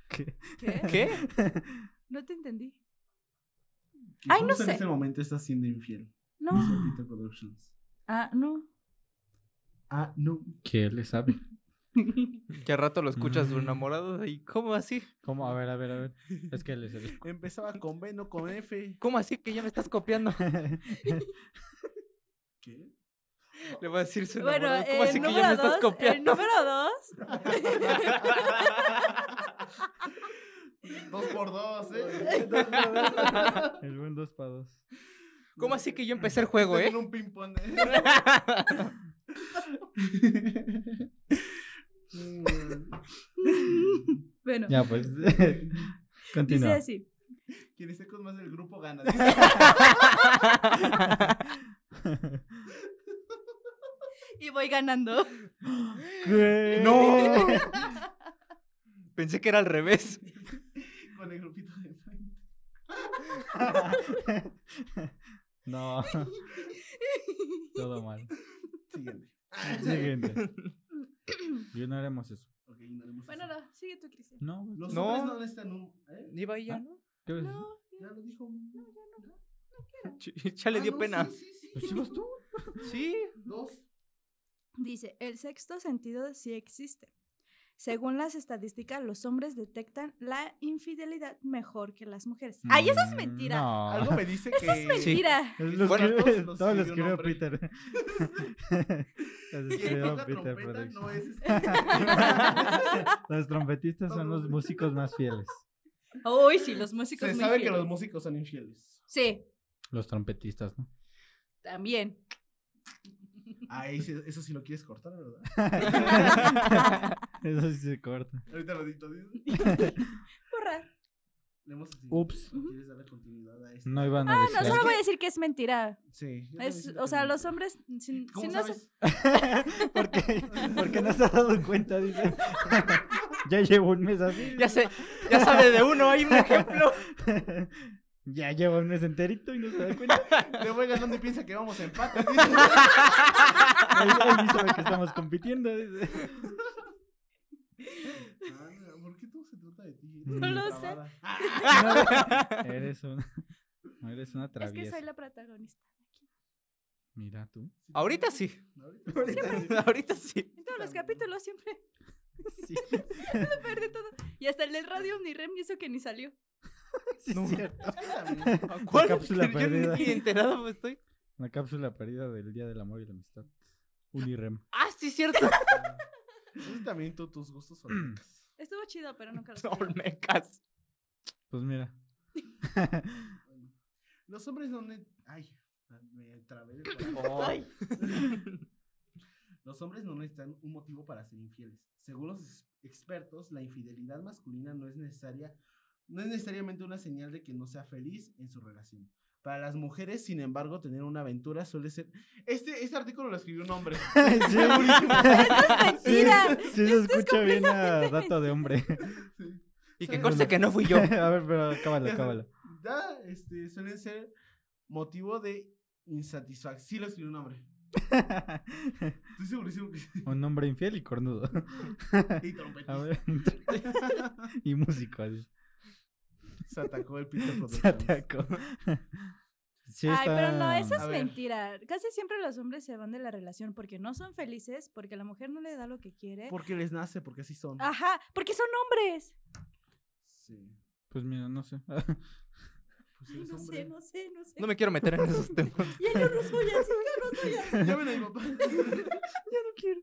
Speaker 5: ¿Qué?
Speaker 3: ¿Qué?
Speaker 4: ¿Qué?
Speaker 3: No te entendí.
Speaker 2: Que
Speaker 3: Ay, no
Speaker 2: justo
Speaker 3: sé.
Speaker 2: en este momento estás siendo infiel.
Speaker 3: No.
Speaker 2: Dice Peter Productions.
Speaker 3: Ah, no.
Speaker 2: Ah, no.
Speaker 5: ¿Qué le sabe?
Speaker 4: Que a rato lo escuchas tu enamorado y ¿cómo así?
Speaker 5: ¿Cómo? A ver, a ver, a ver. Es que les
Speaker 2: Empezaba con B, no con F.
Speaker 4: ¿Cómo así que ya me estás copiando?
Speaker 2: ¿Qué?
Speaker 4: Le voy a decir su
Speaker 3: Bueno,
Speaker 4: enamorado. ¿Cómo
Speaker 3: el
Speaker 4: así que
Speaker 3: número
Speaker 4: ya me estás
Speaker 3: dos, el
Speaker 4: copiando?
Speaker 3: número dos.
Speaker 2: Dos por dos, ¿eh? Dos por dos.
Speaker 5: El buen dos para dos.
Speaker 4: ¿Cómo así que yo empecé el juego,
Speaker 2: Estoy
Speaker 4: eh?
Speaker 2: en un ping-pong. ¿eh? Mm.
Speaker 3: Bueno,
Speaker 5: Ya, pues.
Speaker 3: dice
Speaker 5: Continúa.
Speaker 3: así.
Speaker 2: Quien esté con más del grupo gana.
Speaker 3: Y voy ganando.
Speaker 5: ¿Qué?
Speaker 4: eh? ¡No! Pensé que era al revés.
Speaker 2: Con el grupito de enfrente.
Speaker 5: No. Todo mal.
Speaker 2: Siguiente.
Speaker 5: Siguiente. Yo no haremos eso.
Speaker 2: Ok, ignoremos
Speaker 3: Bueno,
Speaker 2: eso.
Speaker 3: no, sigue tú, Cristian.
Speaker 5: No. pues,
Speaker 2: Los
Speaker 4: No.
Speaker 2: hombres no necesitan un. ¿eh?
Speaker 4: Iba ahí ya, ¿no?
Speaker 5: ¿Qué vas a decir?
Speaker 3: No,
Speaker 2: Ya lo dijo.
Speaker 4: Ch- Ya le
Speaker 2: Ah,
Speaker 4: dio
Speaker 2: no,
Speaker 4: pena.
Speaker 2: Sí, sí, sí.
Speaker 5: Pues sí vas tú.
Speaker 4: Sí.
Speaker 2: Dos.
Speaker 3: Dice, el sexto sentido sí existe. Según las estadísticas, los hombres detectan la infidelidad mejor que las mujeres. ¡Ay, eso
Speaker 2: Mm,
Speaker 3: es mentira!
Speaker 5: Mm, No.
Speaker 2: Algo me dice que. Eso es
Speaker 4: mentira.
Speaker 3: Mira,
Speaker 5: Es Los
Speaker 4: Bueno,
Speaker 5: que-
Speaker 2: todos los
Speaker 5: todos los
Speaker 2: escribió
Speaker 5: escribió
Speaker 2: un hombre.
Speaker 5: Peter. los
Speaker 2: Que
Speaker 5: escribió
Speaker 2: la
Speaker 5: Peter
Speaker 2: trompeta
Speaker 5: Productions.
Speaker 2: no es. este.
Speaker 5: Los trompetistas son los músicos más fieles.
Speaker 3: uy, sí, los músicos
Speaker 2: Se
Speaker 3: muy
Speaker 2: sabe que
Speaker 3: fieles.
Speaker 2: los músicos son infieles.
Speaker 3: Sí,
Speaker 5: Los trompetistas, ¿no?
Speaker 3: también.
Speaker 2: Ay, ese- eso sí lo quieres cortar, ¿verdad?
Speaker 5: Eso sí se corta.
Speaker 2: Ahorita lo edito. ¿sí?
Speaker 3: Borrar.
Speaker 2: Leemos el siguiente.
Speaker 5: Ups. Mm.
Speaker 2: ¿O ¿Quieres darle continuidad a esto?
Speaker 5: No iban a decir.
Speaker 3: Ah, No, solo voy a decir que es mentira.
Speaker 2: Sí. Pues yo también
Speaker 3: Es,
Speaker 2: siento
Speaker 3: o
Speaker 2: que
Speaker 3: sea,
Speaker 2: no.
Speaker 3: los hombres, mm, si, si
Speaker 2: ¿Cómo
Speaker 3: no se-
Speaker 2: sabes?
Speaker 5: ¿Por qué? Porque no se ha dado cuenta, dice. ya llevo un mes así.
Speaker 4: Ya sé, ya sabe de uno, hay un ejemplo.
Speaker 5: Ya llevo un mes enterito y no se da cuenta.
Speaker 2: Le voy ganando y piensa que vamos a empate.
Speaker 5: Ahí, ahí sabe que estamos compitiendo. dice.
Speaker 2: ¿Por qué todo se trata de ti?
Speaker 5: No
Speaker 3: lo sé.
Speaker 2: Trabada.
Speaker 5: No, eres una. no, Eres una
Speaker 3: es
Speaker 5: traviesa.
Speaker 3: que soy la protagonista.
Speaker 5: Mira tú.
Speaker 4: Ahorita sí.
Speaker 2: Ahorita
Speaker 4: Ahorita sí.
Speaker 3: En todos los capítulos siempre
Speaker 5: Sí,
Speaker 3: perdí todo. Y hasta el del radio Omnirem y eso que ni salió.
Speaker 5: sí,
Speaker 4: No.
Speaker 5: es cierto.
Speaker 2: También.
Speaker 4: ¿Cuál?
Speaker 5: cápsula
Speaker 4: Yo ni-
Speaker 5: perdida.
Speaker 4: ni enterado me estoy.
Speaker 5: La cápsula perdida del Día del Amor y la Amistad. Unirem.
Speaker 4: Ah, sí, cierto.
Speaker 2: Entonces, también tú, tus gustos son.
Speaker 3: Estuvo chido, pero nunca lo salió.
Speaker 4: Olmecas.
Speaker 5: Pues mira.
Speaker 2: Los hombres no. ne- Ay, me trabé del corazón.
Speaker 4: Ay.
Speaker 2: Los hombres no necesitan un motivo para ser infieles. Según los ex- expertos, la infidelidad masculina no es necesaria, no es necesariamente una señal de que no sea feliz en su relación. Para las mujeres, sin embargo, tener una aventura suele ser. Este, este artículo lo escribió un hombre.
Speaker 5: Sí,
Speaker 3: es mentira.
Speaker 5: Sí, sí se escucha bien a dato de hombre.
Speaker 2: Sí.
Speaker 4: Y que conste que no fui yo.
Speaker 5: a ver, pero acábalo, acábalo.
Speaker 2: Ya, este, suelen ser motivo de insatisfacción. Sí, lo escribió un hombre. Estoy segurísimo que sí.
Speaker 5: Un hombre infiel y cornudo.
Speaker 2: Y
Speaker 5: A
Speaker 2: trompetista.
Speaker 5: ver. Y músico. así.
Speaker 2: Se atacó el Peter
Speaker 5: Se atacó. Sí,
Speaker 3: Ay, pero no,
Speaker 5: está-
Speaker 3: eso es
Speaker 2: A ver.
Speaker 3: mentira. Casi siempre los hombres se van de la relación porque no son felices, porque la mujer no le da lo que quiere.
Speaker 2: Porque les nace, porque así son.
Speaker 3: Ajá, porque son hombres.
Speaker 2: Sí.
Speaker 5: Pues mira, no sé.
Speaker 2: Pues
Speaker 3: Ay,
Speaker 2: eres
Speaker 3: no sé,
Speaker 2: hombre.
Speaker 3: no sé, no sé.
Speaker 4: No me quiero meter en esos temas.
Speaker 3: Y yo no soy así, yo no soy así.
Speaker 2: Llámenle a mi papá.
Speaker 3: Yo no quiero.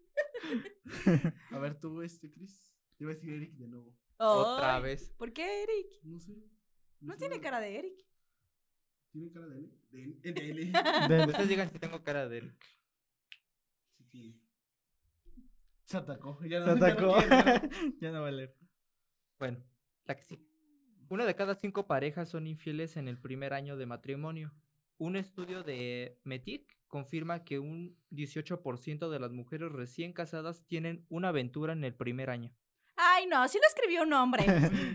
Speaker 2: A ver, tú, este, Chris. Te iba a decir Eric de nuevo.
Speaker 4: Otra
Speaker 3: Ay,
Speaker 4: vez.
Speaker 3: ¿Por qué Eric?
Speaker 2: No sé.
Speaker 3: No
Speaker 2: sé
Speaker 3: tiene
Speaker 2: nada.
Speaker 3: cara de Eric.
Speaker 2: ¿Tiene cara de L? De, de L.
Speaker 5: De-
Speaker 4: Ustedes digan si tengo cara de Eric.
Speaker 2: tiene. Se atacó. Ya no
Speaker 5: Se atacó.
Speaker 2: ya no quiere, ¿no?
Speaker 5: ya no va a leer.
Speaker 4: Bueno, la que sigue. Una de cada cinco parejas son infieles en el primer año de matrimonio. Un estudio de Metic confirma que un 18% de las mujeres recién casadas tienen una aventura en el primer año.
Speaker 3: Ay, no, sí lo escribió un hombre.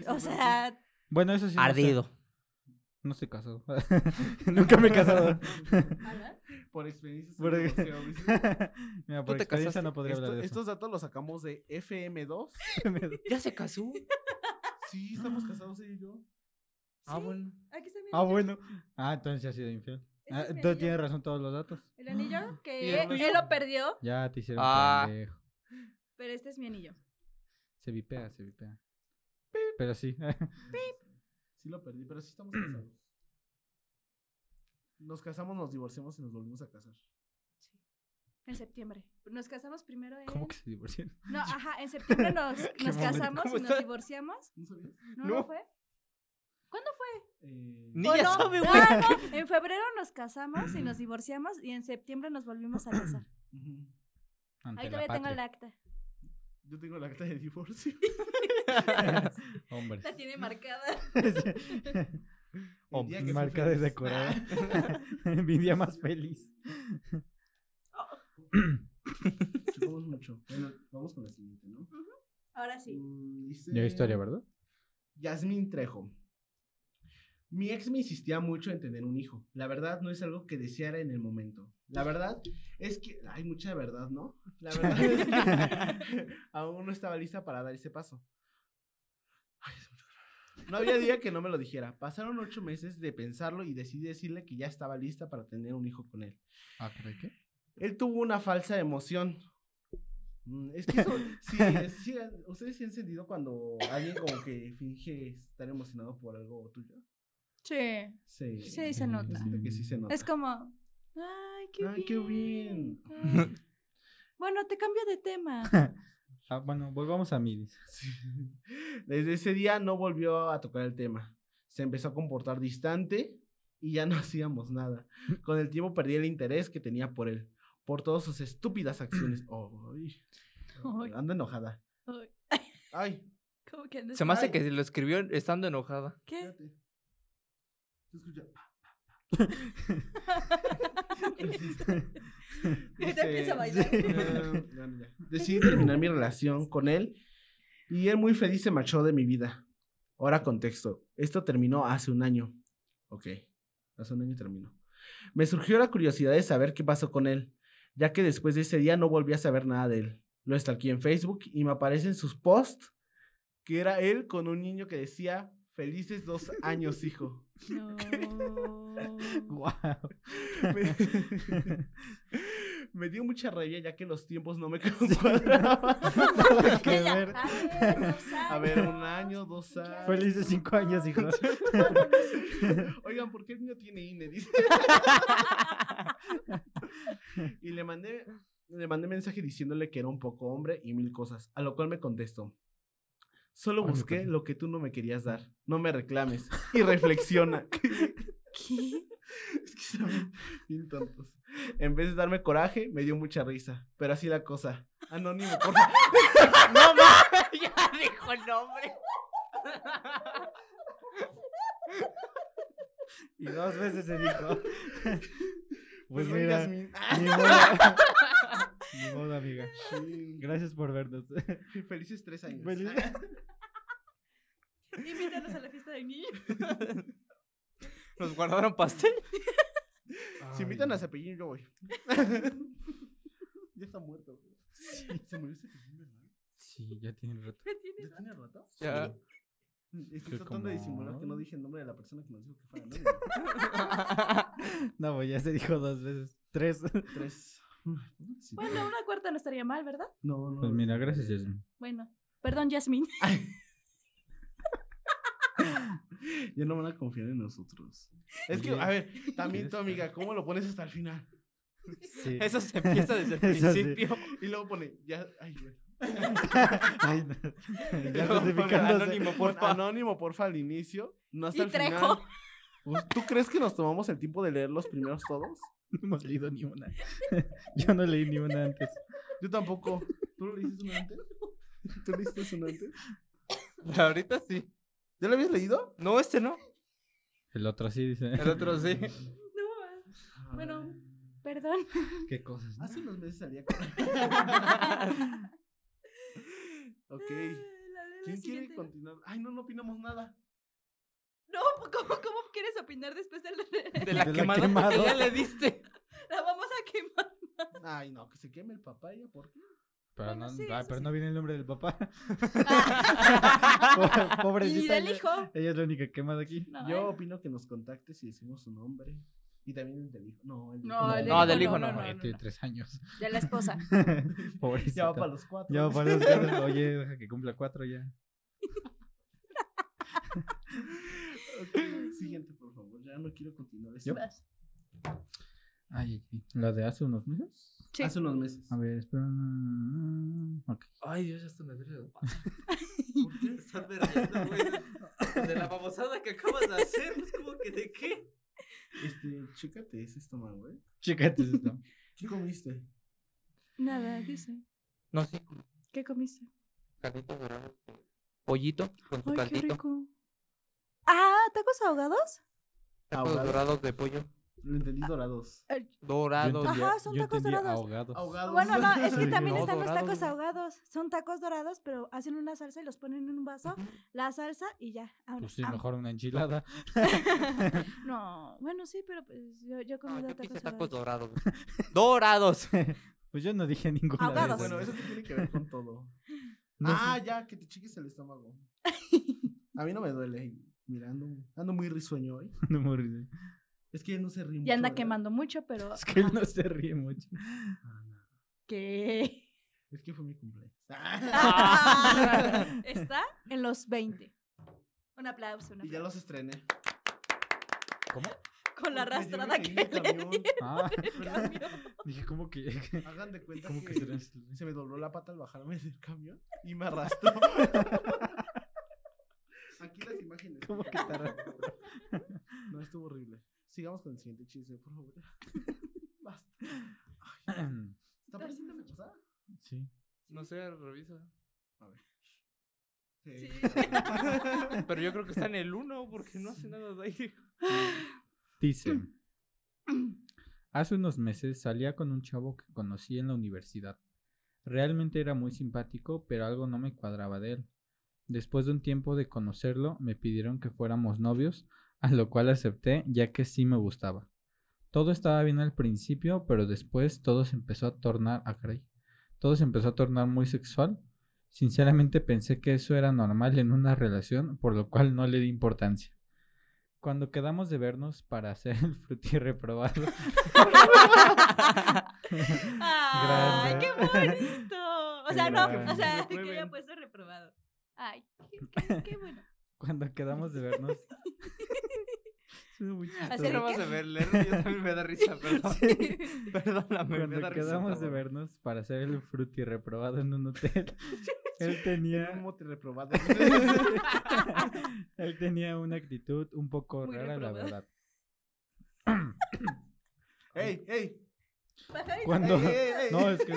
Speaker 3: O sea,
Speaker 5: Bueno, eso sí. no sé.
Speaker 4: Ardido.
Speaker 5: No estoy casado. Nunca me he casado.
Speaker 2: Por experiencias.
Speaker 5: Por-
Speaker 2: en el boxeo, dice.
Speaker 5: Mira,
Speaker 4: Tú
Speaker 5: por
Speaker 4: te
Speaker 5: experiencia
Speaker 4: casaste.
Speaker 5: no podría
Speaker 2: Esto-
Speaker 5: hablar de eso.
Speaker 2: Estos datos los sacamos de FM2.
Speaker 4: ¿Ya se casó?
Speaker 2: Sí, estamos casados ella y yo.
Speaker 4: Ah, bueno.
Speaker 3: Aquí está mi
Speaker 5: Ah, bueno. Ah, entonces ha sido infiel.
Speaker 3: Este
Speaker 5: Ah,
Speaker 3: es mi
Speaker 5: entonces
Speaker 3: anillo.
Speaker 5: tienes razón todos los datos.
Speaker 3: El anillo
Speaker 4: ¿Y
Speaker 3: que
Speaker 4: el tuyo?
Speaker 3: él lo perdió,
Speaker 5: Ya te hicieron
Speaker 4: Ah.
Speaker 5: pendejo.
Speaker 3: pero este es mi anillo.
Speaker 5: Se vipea, se vipea. Pero sí.
Speaker 2: Sí lo perdí, pero sí estamos casados. Nos casamos, nos divorciamos y nos volvimos a casar.
Speaker 3: En septiembre. Nos casamos primero en...
Speaker 5: ¿Cómo que se divorciaron?
Speaker 3: No, ajá, en septiembre nos, nos
Speaker 5: momento?
Speaker 3: casamos
Speaker 4: ¿Cómo
Speaker 3: y nos
Speaker 4: está?
Speaker 3: divorciamos.
Speaker 2: ¿No sabías?
Speaker 3: ¿No, no.
Speaker 4: No.
Speaker 3: fue? ¿Cuándo fue?
Speaker 2: Eh,
Speaker 4: Ni
Speaker 3: ¿O
Speaker 4: ya
Speaker 3: no?
Speaker 4: sabe, güey.
Speaker 3: Ah, no, En febrero nos casamos y nos divorciamos y en septiembre nos volvimos a casar.
Speaker 2: ujú.
Speaker 5: Ante
Speaker 3: Ahí
Speaker 5: la
Speaker 3: todavía tengo el
Speaker 5: patria.
Speaker 3: acta.
Speaker 2: Yo tengo la carta de divorcio.
Speaker 5: Hombres.
Speaker 3: La tiene marcada.
Speaker 2: El día
Speaker 5: Hombres.
Speaker 2: que
Speaker 5: Marca
Speaker 2: fui
Speaker 5: de
Speaker 2: feliz.
Speaker 5: decorada. Mi día más feliz.
Speaker 2: Chupamos mucho. Bueno, vamos con la siguiente, ¿no?
Speaker 3: Ahora sí.
Speaker 2: Mm, Dice...
Speaker 5: Ya hay historia, ¿verdad?
Speaker 2: Yasmín Trejo. Mi ex me insistía mucho en tener un hijo. La verdad no es algo que deseara en el momento. La verdad es que hay mucha verdad, ¿no? La verdad es que aún no estaba lista para dar ese paso. Ay, es mucho calor. No había día que no me lo dijera. Pasaron ocho meses de pensarlo y decidí decirle que ya estaba lista para tener un hijo con él.
Speaker 5: Ah, ¿cree que?
Speaker 2: Él tuvo una falsa emoción. Mm, Es que eso, sí, es- sí, eh, ustedes sí han sentido cuando alguien como que finge estar emocionado por algo tuyo.
Speaker 3: Sí.
Speaker 2: Sí.
Speaker 3: Sí, se nota.
Speaker 2: Siento que sí se nota.
Speaker 3: Es como... Ay, qué
Speaker 2: Ay, qué
Speaker 3: bien.
Speaker 2: bien.
Speaker 3: Ay. Bueno, te cambio de tema.
Speaker 5: Ah, bueno, volvamos a Miris.
Speaker 2: Sí. Desde ese día no volvió a tocar el tema. Se empezó a comportar distante y ya no hacíamos nada. Con el tiempo perdí el interés que tenía por él, por todas sus estúpidas acciones. Ay,
Speaker 3: Ay.
Speaker 2: anda enojada.
Speaker 3: Ay,
Speaker 2: Ay,
Speaker 3: ¿Cómo que andas?
Speaker 4: Se me hace que lo escribió estando enojada.
Speaker 3: ¿Qué?
Speaker 2: espérate. Se escucha.
Speaker 3: Ahorita empieza a bailar.
Speaker 2: Eh, bueno, ya. Decidí terminar mi relación con él y él muy feliz se marchó de mi vida. Ahora contexto. Esto terminó hace un año. Ok, hace un año terminó. Me surgió la curiosidad de saber qué pasó con él, ya que después de ese día no volví a saber nada de él. Lo aquí en Facebook y me aparecen sus posts que era él con un niño que decía felices dos años, hijo.
Speaker 3: No.
Speaker 5: Wow.
Speaker 2: Me, me dio mucha rabia ya que los tiempos no me cuadraban.
Speaker 5: Nada que
Speaker 3: Ella,
Speaker 5: ver.
Speaker 3: A ver, dos
Speaker 2: A ver, un
Speaker 3: años.
Speaker 2: año, dos
Speaker 3: Ya.
Speaker 2: años.
Speaker 5: Feliz de cinco años, hijo.
Speaker 2: Oigan, ¿por qué el niño tiene INE? Dice. y le mandé, le mandé mensaje diciéndole que era un poco hombre y mil cosas, a lo cual me contestó. Solo
Speaker 5: Ay, me
Speaker 2: busqué
Speaker 5: perdí.
Speaker 2: lo que tú no me querías dar. No me reclames. Y reflexiona.
Speaker 3: ¿Qué?
Speaker 2: Es que son bien tontos. En vez de darme coraje, me dio mucha risa. Pero así la cosa. Anónimo, por favor.
Speaker 4: ¡No mames! Ya dijo el nombre.
Speaker 5: Y dos veces se dijo. Pues
Speaker 2: Pues soy
Speaker 5: mira, ni
Speaker 2: Yasmín. Ah,
Speaker 5: modo. Ni modo, amiga. Gracias por vernos.
Speaker 2: Felices tres años.
Speaker 5: Feliz-
Speaker 3: Invítanos a la fiesta del niño.
Speaker 4: ¿Nos guardaron pastel?
Speaker 2: Si invitan a
Speaker 5: Ay,
Speaker 2: Cepillín, yo voy. ya está muerto. güey. Se murió Cepillín, ¿verdad?
Speaker 5: Sí, ya tiene rato.
Speaker 2: ¿Ya tiene rato?
Speaker 4: Ya.
Speaker 2: Estoy
Speaker 5: Que
Speaker 2: tratando
Speaker 5: como-
Speaker 2: de disimular que no dije el nombre de la persona que nos dijo que fuera anónimo.
Speaker 5: No, pues ya se dijo dos veces. Tres.
Speaker 2: Tres. Sí.
Speaker 3: Bueno, una cuarta no estaría mal, ¿verdad?
Speaker 2: No, no.
Speaker 5: Pues mira, gracias, Yasmin.
Speaker 3: Bueno. Perdón, Yasmin.
Speaker 2: Ya no van a confiar en nosotros. Es que,
Speaker 5: Oye,
Speaker 2: a ver, también
Speaker 5: ¿quieres
Speaker 2: tu amiga, ¿cómo lo pones hasta el final?
Speaker 5: Sí.
Speaker 4: Eso se empieza desde el
Speaker 5: Eso sí.
Speaker 4: principio.
Speaker 2: Y luego pone, ya, ay, güey.
Speaker 5: Ay, no. Ya
Speaker 4: No,
Speaker 5: justificándose.
Speaker 4: anónimo,
Speaker 2: Pon
Speaker 4: porfa.
Speaker 2: anónimo, porfa, al inicio. No hasta
Speaker 3: Y
Speaker 2: el
Speaker 3: Trejo.
Speaker 2: final. Pues, ¿Tú crees que nos tomamos el tiempo de leer los primeros todos?
Speaker 5: No hemos leído ni una. Yo no leí ni una antes.
Speaker 2: Yo tampoco. ¿Tú lo leíste uno antes? ¿Tú leíste uno antes?
Speaker 4: Ahorita sí.
Speaker 2: ¿Ya lo habías leído?
Speaker 4: No, este no.
Speaker 5: El otro sí dice.
Speaker 4: El otro sí.
Speaker 3: No, ah. bueno, perdón.
Speaker 5: Qué cosas.
Speaker 3: Ah,
Speaker 5: ¿no?
Speaker 2: Hace unos meses salía con... ok. ¿Quién quiere continuar? Ay, no, no opinamos nada.
Speaker 3: No, ¿cómo, ¿cómo quieres opinar después del...
Speaker 4: De la
Speaker 5: De la
Speaker 4: quemada que
Speaker 5: quemada.
Speaker 4: ya le diste.
Speaker 3: La vamos a quemar.
Speaker 2: Ay, no, que se queme el papaya, ¿por qué?
Speaker 5: Pero,
Speaker 3: Bueno,
Speaker 5: no,
Speaker 3: sí,
Speaker 5: ah,
Speaker 3: eso
Speaker 5: pero
Speaker 3: sí.
Speaker 5: no viene el nombre del papá.
Speaker 3: Y
Speaker 5: Pobrecita.
Speaker 3: del
Speaker 5: ella,
Speaker 3: hijo.
Speaker 5: ella es la única quemada aquí.
Speaker 3: No,
Speaker 2: Yo
Speaker 3: eh.
Speaker 2: opino que nos contacte si decimos su nombre. Y también el del hijo. No, el del
Speaker 3: No,
Speaker 2: hijo
Speaker 3: el
Speaker 4: no, del
Speaker 3: hijo
Speaker 4: hijo no.
Speaker 3: no, no,
Speaker 5: Ay,
Speaker 3: no,
Speaker 5: tiene
Speaker 3: no.
Speaker 5: tres años.
Speaker 3: De la esposa.
Speaker 5: Pobrecita.
Speaker 2: Ya va para los cuatro.
Speaker 5: Ya va para los cuatro. Oye, deja que cumpla cuatro ya.
Speaker 2: Ok, Siguiente, por favor. Ya no quiero continuar esto.
Speaker 5: ¿Yo? Ay, ay, la de hace unos meses.
Speaker 3: Sí.
Speaker 2: Hace unos meses.
Speaker 5: A ver, espera. Ok.
Speaker 4: Ay, Dios, ya está me duele la panza. ¿Por qué te estás berreando, güey? De la babosada que acabas de hacer, pues como que de qué.
Speaker 2: Este, chécate ese estómago, ¿eh?
Speaker 5: Chécate esto.
Speaker 2: ¿Qué comiste?
Speaker 3: Nada, dice.
Speaker 4: No, sí,
Speaker 3: ¿Qué comiste?
Speaker 4: caldito dorado. Pollito con su
Speaker 3: Ay, qué
Speaker 4: caldito.
Speaker 3: rico. Ah, ¿tacos ahogados?
Speaker 5: Ah,
Speaker 4: Tacos
Speaker 2: Ahogado.
Speaker 4: dorados de pollo.
Speaker 2: Lo entendí dorados.
Speaker 4: Dorados.
Speaker 3: entendí- Ajá, son
Speaker 5: yo
Speaker 3: tacos
Speaker 5: entendí
Speaker 3: dorados.
Speaker 5: ahogados.
Speaker 2: Ahogados.
Speaker 3: Bueno, no, es que
Speaker 5: Sí.
Speaker 3: también
Speaker 4: No,
Speaker 3: están los
Speaker 4: dorados,
Speaker 3: tacos
Speaker 4: ¿no?
Speaker 3: ahogados. Son tacos dorados, pero hacen una salsa y los ponen en un vaso, la salsa y ya. Ahora,
Speaker 5: Pues sí,
Speaker 3: ah,
Speaker 5: mejor una enchilada.
Speaker 3: No, bueno, sí, pero pues, yo, yo he
Speaker 4: No,
Speaker 3: comido
Speaker 4: yo quise
Speaker 3: tacos,
Speaker 4: tacos
Speaker 3: ahogados.
Speaker 4: dorados. ¡Dorados!
Speaker 5: Pues yo no dije ninguna de
Speaker 3: Ahogados.
Speaker 5: esas.
Speaker 2: Bueno, eso tiene que ver con todo.
Speaker 5: No sé.
Speaker 2: ah, ya, que te chiques el estómago. A mí no me duele. y Mira, ando, ando muy risueño hoy.
Speaker 5: No me ríe.
Speaker 2: Es que no se ríe
Speaker 3: Ya
Speaker 2: mucho,
Speaker 3: anda
Speaker 2: ¿verdad?
Speaker 3: quemando mucho, pero...
Speaker 5: Es que él no se ríe mucho.
Speaker 2: Ah, no.
Speaker 3: ¿Qué?
Speaker 2: Es que fue mi cumpleaños.
Speaker 3: Ah, Está en los 20. Un aplauso, un
Speaker 2: y ya
Speaker 3: aplauso.
Speaker 2: los estrené.
Speaker 5: ¿Cómo?
Speaker 3: Con la
Speaker 2: Porque yo
Speaker 3: arrastrada
Speaker 2: me
Speaker 3: que
Speaker 2: caí
Speaker 3: le
Speaker 2: del camión.
Speaker 3: di
Speaker 5: Ah,
Speaker 3: el camión.
Speaker 5: dije, ¿cómo que?
Speaker 2: Hagan de cuenta
Speaker 5: ¿Cómo
Speaker 2: que,
Speaker 5: que se ríe?
Speaker 2: se me dobló la pata al bajarme del camión y me arrastró. Aquí las imágenes.
Speaker 5: ¿Cómo que te ríes?
Speaker 2: No, estuvo horrible. Sigamos con el siguiente chiste, por favor. Basta. ¿Está apareciendo mi pasada?
Speaker 5: Sí.
Speaker 4: No sé, revisa.
Speaker 2: A ver.
Speaker 3: Sí.
Speaker 4: Pero yo creo que está en el 1 porque no hace nada de ahí.
Speaker 5: Dice. Hace unos meses salía con un chavo que conocí en la universidad. Realmente era muy simpático, pero algo no me cuadraba de él. Después de un tiempo de conocerlo, me pidieron que fuéramos novios, a lo cual acepté ya que sí me gustaba. Todo estaba bien al principio, pero después todo se empezó a tornar a caray. Todo se empezó a tornar muy sexual. Sinceramente pensé que eso era normal en una relación, por lo cual no le di importancia. Cuando quedamos de vernos para hacer el frutí reprobado,
Speaker 3: ¡Ay, qué bonito! O sea, no,
Speaker 5: Grande.
Speaker 3: o
Speaker 2: Que
Speaker 3: sea, que
Speaker 2: lo
Speaker 3: había
Speaker 2: prueben.
Speaker 3: puesto reprobado. Ay, qué, qué- qué bueno.
Speaker 5: Cuando quedamos de vernos. Suena muy chistoso.
Speaker 3: Así de
Speaker 4: no vas
Speaker 3: qué?
Speaker 4: a ver, leer, yo también me da risa, perdón. Perdóname, me da
Speaker 5: Cuando
Speaker 4: risa.
Speaker 5: quedamos de
Speaker 4: cabrón.
Speaker 5: vernos para hacer el fruti reprobado en un hotel, él tenía,
Speaker 2: ¿Cómo te reprobaste?
Speaker 5: él tenía una actitud un poco
Speaker 3: Muy
Speaker 5: rara, la
Speaker 3: reprobada.
Speaker 5: verdad.
Speaker 2: ¡Ey, ey!
Speaker 3: Pajarito.
Speaker 5: Cuando,
Speaker 2: Ey, ey, ey.
Speaker 5: no, es que,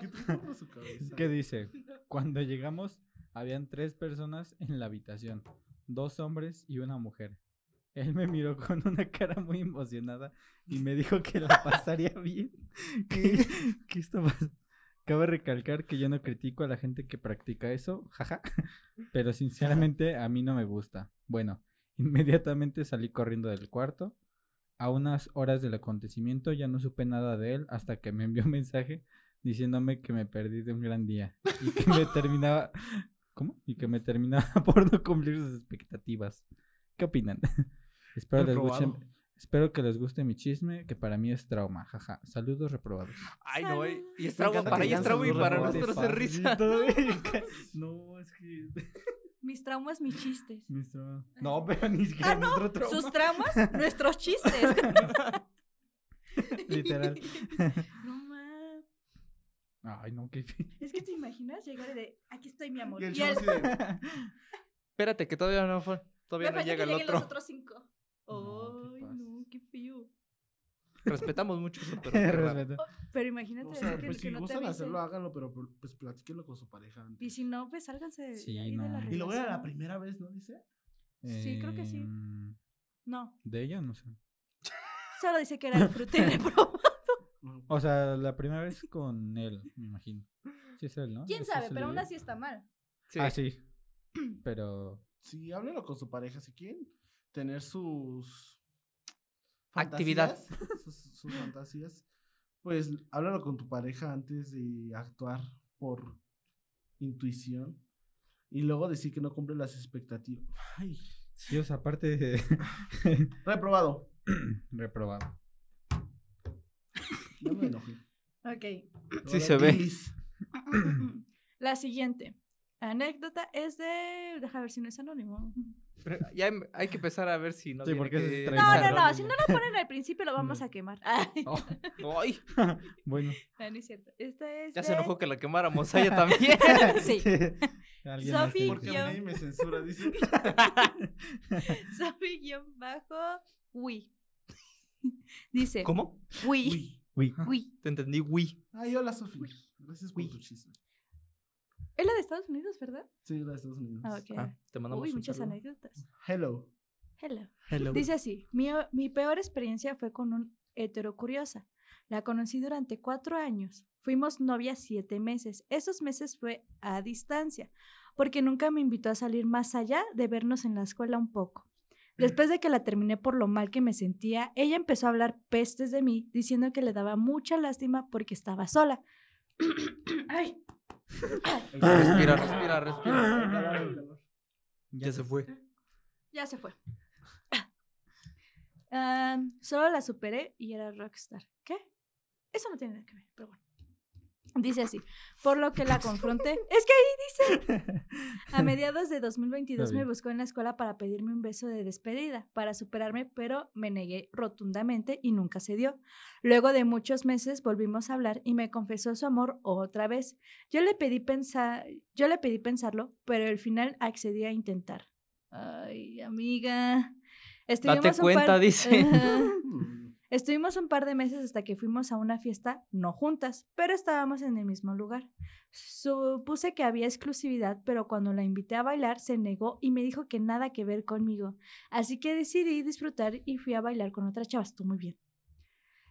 Speaker 2: ¿Qué pedo con su cabeza?
Speaker 5: ¿qué dice? Cuando llegamos, habían tres personas en la habitación, dos hombres y una mujer. Él me miró con una cara muy emocionada y me dijo que la pasaría bien. ¿Qué, qué está pas- Cabe recalcar que yo no critico a la gente que practica eso, jaja, pero sinceramente a mí no me gusta. Bueno, inmediatamente salí corriendo del cuarto. A unas horas del acontecimiento ya no supe nada de él hasta que me envió un mensaje diciéndome que me perdí de un gran día y que me terminaba ¿Cómo? Y que me terminaba por no cumplir sus expectativas. ¿Qué opinan? Espero, les guste,
Speaker 2: Reprobado.
Speaker 5: espero que les guste mi chisme, que para mí es trauma. Jaja. Saludos reprobados.
Speaker 4: Ay, no, eh. Y es
Speaker 2: Me
Speaker 4: trago
Speaker 2: encanta
Speaker 4: para
Speaker 2: que
Speaker 4: ella, es
Speaker 2: digan
Speaker 4: trago y
Speaker 2: saludos
Speaker 4: para
Speaker 2: reprobados.
Speaker 4: nosotros es risa.
Speaker 5: No, es que.
Speaker 3: Mis traumas, mis chistes.
Speaker 5: Nuestro- No, pero ni siquiera
Speaker 3: Ah, no,
Speaker 5: nuestro trauma.
Speaker 3: Sus traumas, nuestros chistes.
Speaker 5: Literal.
Speaker 3: No mames.
Speaker 5: Ay, no, qué feo.
Speaker 3: Es que te imaginas llegar y de aquí estoy, mi amor.
Speaker 2: Y el
Speaker 3: Y él-
Speaker 2: chavo así de,
Speaker 4: Espérate, que todavía no fue.
Speaker 3: me
Speaker 4: Todavía no
Speaker 3: falta que
Speaker 4: llega el
Speaker 3: lleguen los
Speaker 4: otro.
Speaker 3: otros cinco.
Speaker 5: No, te
Speaker 3: Ay, no,
Speaker 5: pases.
Speaker 3: qué feo.
Speaker 4: Respetamos mucho eso, pero qué raro.
Speaker 5: Respeto.
Speaker 3: Pero imagínate
Speaker 2: O sea,
Speaker 3: que,
Speaker 2: pues
Speaker 3: que
Speaker 2: si
Speaker 3: no te
Speaker 2: gustan
Speaker 3: avisen.
Speaker 2: hacerlo, háganlo, pero por- pues platíquenlo con su pareja
Speaker 3: Y
Speaker 2: antes.
Speaker 3: si no, pues sálganse de-
Speaker 5: Sí,
Speaker 3: de ahí de
Speaker 5: no.
Speaker 3: la
Speaker 5: Y
Speaker 2: Y luego era la
Speaker 3: relación.
Speaker 2: primera vez, ¿no? Dice.
Speaker 3: Sí, creo que sí.
Speaker 5: Em,
Speaker 3: No,
Speaker 5: De ella, no sé.
Speaker 3: solo dice que era el fruto y de broma.
Speaker 5: O sea, la primera vez con él, me imagino. Sí es él, ¿no?
Speaker 1: ¿Quién
Speaker 5: Ese
Speaker 1: sabe?
Speaker 5: es el
Speaker 1: Pero aún
Speaker 5: líder.
Speaker 1: así está mal.
Speaker 4: Sí.
Speaker 5: Ah, sí. Pero
Speaker 2: Sí, háblenlo con su pareja si quieren tener sus
Speaker 4: Actividad.
Speaker 2: fantasías, Sus, sus fantasías. Pues háblalo con tu pareja antes de actuar por intuición y luego decir que no cumple las expectativas. Ay,
Speaker 5: sí, o sea, aparte de...
Speaker 2: reprobado.
Speaker 5: Reprobado.
Speaker 2: No me enojé.
Speaker 3: ok.
Speaker 4: Sí
Speaker 2: Ahora,
Speaker 4: se ve.
Speaker 2: Liz,
Speaker 3: la siguiente anécdota es de. Deja ver si no es anónimo.
Speaker 4: Pero ya em- hay que empezar a ver si no
Speaker 5: Sí,
Speaker 4: viene
Speaker 5: porque ese
Speaker 4: que-
Speaker 5: es traición.
Speaker 3: No, no,
Speaker 5: Anónimo.
Speaker 3: no. Si no lo ponen al principio, lo vamos a quemar. Ay,
Speaker 5: Oh,
Speaker 4: Ay,
Speaker 5: bueno.
Speaker 3: no, no es cierto. Esta es.
Speaker 4: ya se
Speaker 3: de-
Speaker 4: enojó que la quemáramos a ella también.
Speaker 3: Sí.
Speaker 5: Alguien hace
Speaker 3: Sofi,
Speaker 5: eso.
Speaker 2: Porque
Speaker 3: Yo-
Speaker 2: nadie me censura, dice.
Speaker 3: Sofi-bajo Wii. Dice.
Speaker 4: ¿Cómo?
Speaker 3: Wii.
Speaker 2: Uy.
Speaker 5: Uy.
Speaker 3: Wii.
Speaker 4: Te entendí, Wii.
Speaker 2: Ay, hola, Sofía. Gracias por
Speaker 4: Uy.
Speaker 2: tu chisme.
Speaker 3: Es la de Estados Unidos, ¿verdad?
Speaker 2: Sí, gracias, Estados Unidos.
Speaker 3: Ah, ok.
Speaker 4: Ah, te mandamos
Speaker 3: Uy,
Speaker 4: un
Speaker 3: muchas
Speaker 4: saludo.
Speaker 3: anécdotas.
Speaker 2: Hello.
Speaker 3: Hello.
Speaker 4: Hello.
Speaker 3: Dice así, mi, mi peor experiencia fue con un heterocuriosa. La conocí durante cuatro años. Fuimos novias siete meses. Esos meses fue a distancia, porque nunca me invitó a salir más allá de vernos en la escuela un poco. Después de que la terminé por lo mal que me sentía, ella empezó a hablar pestes de mí, diciendo que le daba mucha lástima porque estaba sola. Ay,
Speaker 4: Respira, respira, respira.
Speaker 2: El calor, el calor.
Speaker 4: Ya se fue.
Speaker 3: ya se fue. Ah, solo la superé y era rockstar. ¿Qué? Eso no tiene nada que ver, pero bueno. Dice así, por lo que la confronté. es que a mediados de 2022
Speaker 5: Está
Speaker 3: me
Speaker 5: bien.
Speaker 3: buscó en la escuela para pedirme un beso de despedida, para superarme, pero me negué rotundamente y nunca se dio. Luego de muchos meses volvimos a hablar y me confesó su amor otra vez. Yo le pedí, pensar, yo le pedí pensarlo, pero al final accedí a intentar. Ay, amiga. Estuvimos un
Speaker 4: cuenta, dice.
Speaker 3: Ajá.
Speaker 2: Hmm.
Speaker 3: Estuvimos un par de meses hasta que fuimos a una fiesta, no juntas, pero estábamos en el mismo lugar. Supuse que había exclusividad, pero cuando la invité a bailar se negó y me dijo que nada que ver conmigo. Así que decidí disfrutar y fui a bailar con otra chava, estuvo muy bien.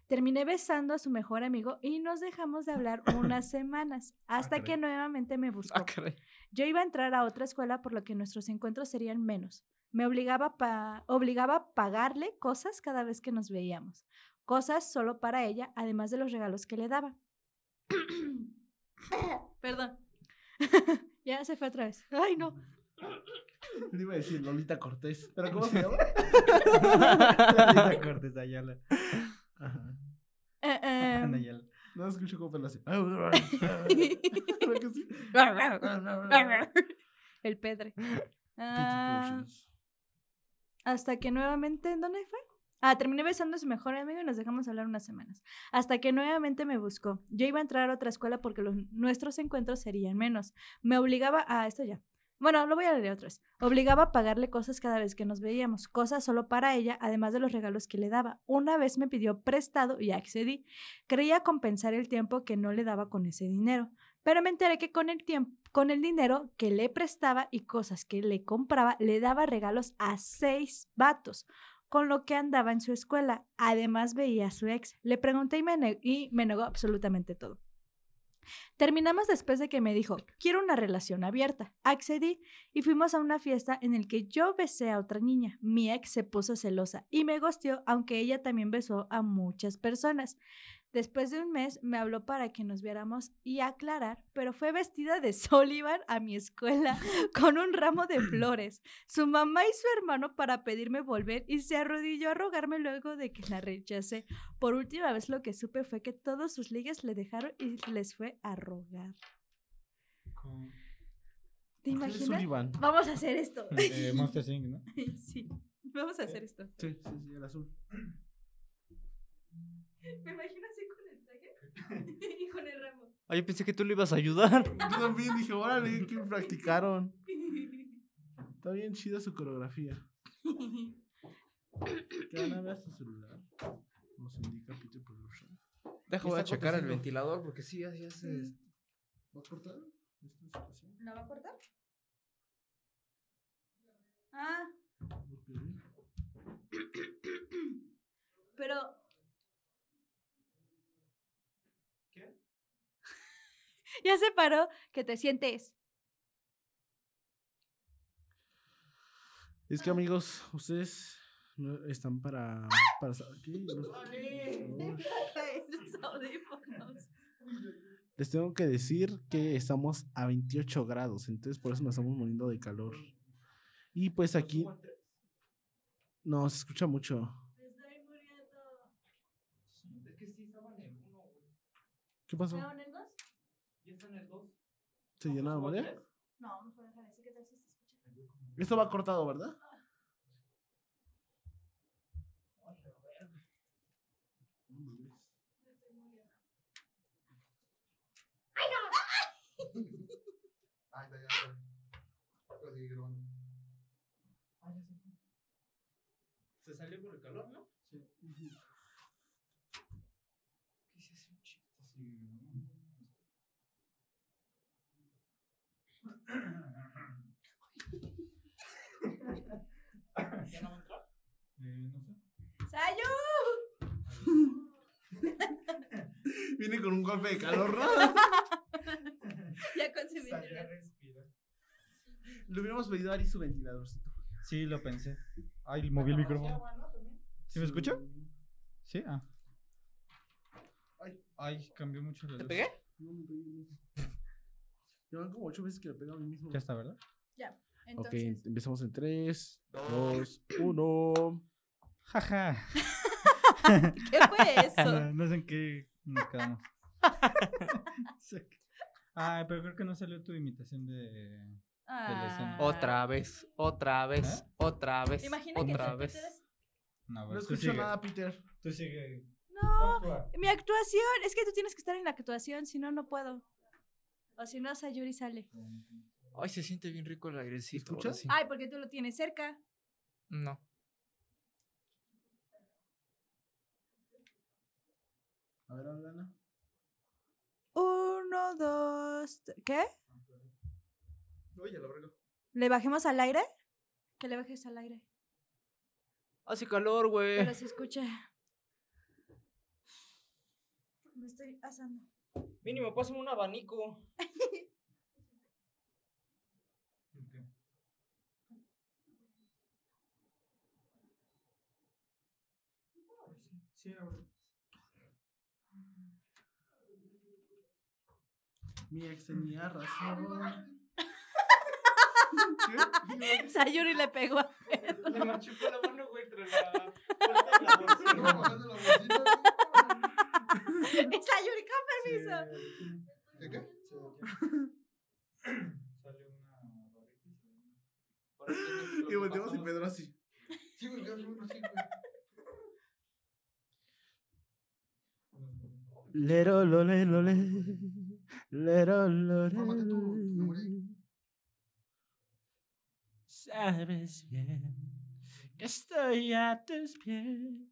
Speaker 3: Terminé besando a su mejor amigo y nos dejamos de hablar unas semanas, hasta que
Speaker 5: caray.
Speaker 3: nuevamente me buscó.
Speaker 4: Ah, caray.
Speaker 3: Yo iba a entrar a otra escuela por lo que nuestros encuentros serían menos. Me obligaba, pa- obligaba a pagarle cosas cada vez que nos veíamos. Cosas solo para ella, además de los regalos que le daba. Perdón. ya se fue otra vez. Ay, no.
Speaker 2: Le iba a decir Lolita Cortés. ¿Pero cómo se llama?
Speaker 5: Lolita Cortés Ayala.
Speaker 2: Ajá.
Speaker 3: Eh, eh,
Speaker 5: Ana Ayala.
Speaker 2: No escucho cómo pero así. Creo que sí.
Speaker 3: em. El pedre. Ah, Hasta que nuevamente, ¿en dónde fue? Ah, terminé besando a su mejor amigo y nos dejamos hablar unas semanas. Hasta que nuevamente me buscó. Yo iba a entrar a otra escuela porque los, nuestros encuentros serían menos. Me obligaba a esto ya. Bueno, lo voy a leer otra vez. Obligaba a pagarle cosas cada vez que nos veíamos, cosas solo para ella, además de los regalos que le daba. Una vez me pidió prestado y accedí. Creía compensar el tiempo que no le daba con ese dinero, pero me enteré que con el tiempo con el dinero que le prestaba y cosas que le compraba, le daba regalos a seis vatos, con lo que andaba en su escuela. Además, veía a su ex. Le pregunté y me, ne- y me negó absolutamente todo. Terminamos después de que me dijo, quiero una relación abierta. Accedí y fuimos a una fiesta en el que yo besé a otra niña. Mi ex se puso celosa y me gosteó, aunque ella también besó a muchas personas. Después de un mes me habló para que nos viéramos y aclarar, pero fue vestida de Sullivan a mi escuela con un ramo de flores. Su mamá y su hermano para pedirme volver y se arrodilló a rogarme luego de que la rechacé. Por última vez lo que supe fue que todos sus ligues le dejaron y les fue a rogar. ¿Te imaginas?
Speaker 2: Sullivan.
Speaker 3: Vamos a hacer esto.
Speaker 5: Eh, Monster Inc, ¿no?
Speaker 3: sí, vamos a hacer esto.
Speaker 2: Sí, sí, sí, el azul.
Speaker 3: Me imagino así con el traje y con el ramo.
Speaker 4: Ay, Ah, yo pensé que tú le ibas a ayudar.
Speaker 2: Yo también dije, órale, que practicaron. Está bien chida su coreografía. ¿Qué van a ver su celular? nos indica Peter Production.
Speaker 4: Deja voy a
Speaker 1: Está
Speaker 4: checar el
Speaker 1: cortocino.
Speaker 4: ventilador.
Speaker 1: porque sí, así es. es-
Speaker 2: ¿Va a cortar esta situación?
Speaker 3: ¿No va a cortar? Ah,
Speaker 2: Ok.
Speaker 3: pero. ¿Qué? ya se paró que te sientes.
Speaker 2: Es que amigos, ustedes no están para. para sa- ¿Qué? Los- Uy.
Speaker 3: Esos audífonos.
Speaker 2: Les tengo que decir que estamos a 28 grados, entonces por eso nos estamos muriendo de calor. Y pues aquí. No, se escucha mucho.
Speaker 3: Me estoy muriendo.
Speaker 4: Es que sí estaban en uno, güey.
Speaker 2: ¿Qué pasó?
Speaker 3: ¿Estaban en dos?
Speaker 4: Ya están en el dos.
Speaker 2: ¿Se llenó la bodega?
Speaker 3: No, mejor dejar así que tal si se escucha.
Speaker 2: Esto va cortado, ¿verdad?
Speaker 3: Me estoy muriendo.
Speaker 1: Ah, está, ya, ya. Voy a seguir grabando.
Speaker 4: Se salió por el calor, ¿no?
Speaker 2: Eh,
Speaker 3: ¡Sayu!
Speaker 2: Viene con un golpe de calor, ¿no?
Speaker 3: Ya conseguí internet.
Speaker 2: Le hubiéramos pedido a Ari su ventiladorcito.
Speaker 5: Sí, lo pensé. Ay, moví el micrófono. ¿Sí me escucha? Sí, ah.
Speaker 2: Ay.
Speaker 5: Ay, cambió mucho la
Speaker 4: ¿Te
Speaker 5: luz.
Speaker 4: pegué?
Speaker 2: No, no, no, no. Llevan como ocho veces que le pega a mí mismo.
Speaker 5: Ya está, ¿verdad?
Speaker 2: Ok,
Speaker 3: Entonces,
Speaker 2: empezamos en 3,
Speaker 4: Dos.
Speaker 2: 2, 1.
Speaker 5: Jaja.
Speaker 3: ¿qué fue eso?
Speaker 5: No, no sé en qué nos quedamos. Ay, pero creo que no salió tu imitación de.
Speaker 3: Ah.
Speaker 4: Otra vez, otra vez,
Speaker 5: ¿Eh?
Speaker 4: otra vez,
Speaker 3: Imagina que
Speaker 4: otra
Speaker 3: te-
Speaker 4: vez.
Speaker 3: que te des-
Speaker 5: No,
Speaker 2: No
Speaker 5: tú
Speaker 2: escucho
Speaker 5: sigue,
Speaker 2: nada, Peter.
Speaker 5: Tú sigue.
Speaker 3: No,
Speaker 5: Actúa.
Speaker 3: mi actuación. Es que tú tienes que estar en la actuación, si no, no puedo. O si no, Sayuri sale.
Speaker 4: Ay, se siente bien rico el airecito. ahora
Speaker 2: ¿Escuchas?
Speaker 4: sí.
Speaker 3: Ay, porque tú lo tienes cerca.
Speaker 4: No.
Speaker 2: A ver, háblala.
Speaker 3: Uno, dos. tre- ¿Qué?
Speaker 1: Oye, la verga.
Speaker 3: ¿Le bajemos al aire? Que le bajes al aire.
Speaker 4: Eh. Hace calor, güey.
Speaker 3: Pero se escucha. Me estoy asando.
Speaker 4: Mínimo, pásame un abanico.
Speaker 2: Mi ex tenía razón.
Speaker 3: Sayuri le pegó. a-
Speaker 4: Le machucó la mano, güey, tras la.
Speaker 1: Bajando la bolsita.
Speaker 3: Sayuri, con permiso.
Speaker 1: ¿Qué, qué?
Speaker 2: Y volteamos y Pedro así.
Speaker 1: Sí, güey, ya, sí, güey, sí, güey.
Speaker 2: Lero, lole, lole. Lero,
Speaker 1: Fórmate tú, hombre.
Speaker 2: Sabes bien que estoy a tus pies.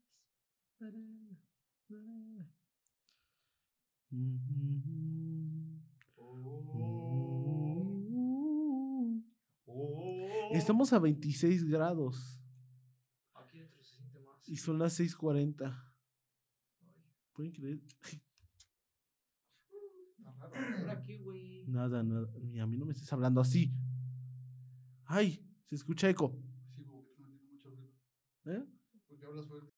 Speaker 2: Estamos a 26 grados
Speaker 4: Aquí dentro se siente más.
Speaker 2: y son las 6:40. ¿Pueden creer?
Speaker 4: Ahora aquí, güey.
Speaker 2: Nada, nada. ni A mí no me estés hablando así. ¡Ay! Se escucha eco.
Speaker 1: Sí, güey, porque no tiene mucho ruido.
Speaker 2: ¿Eh?
Speaker 1: Porque hablas fuerte.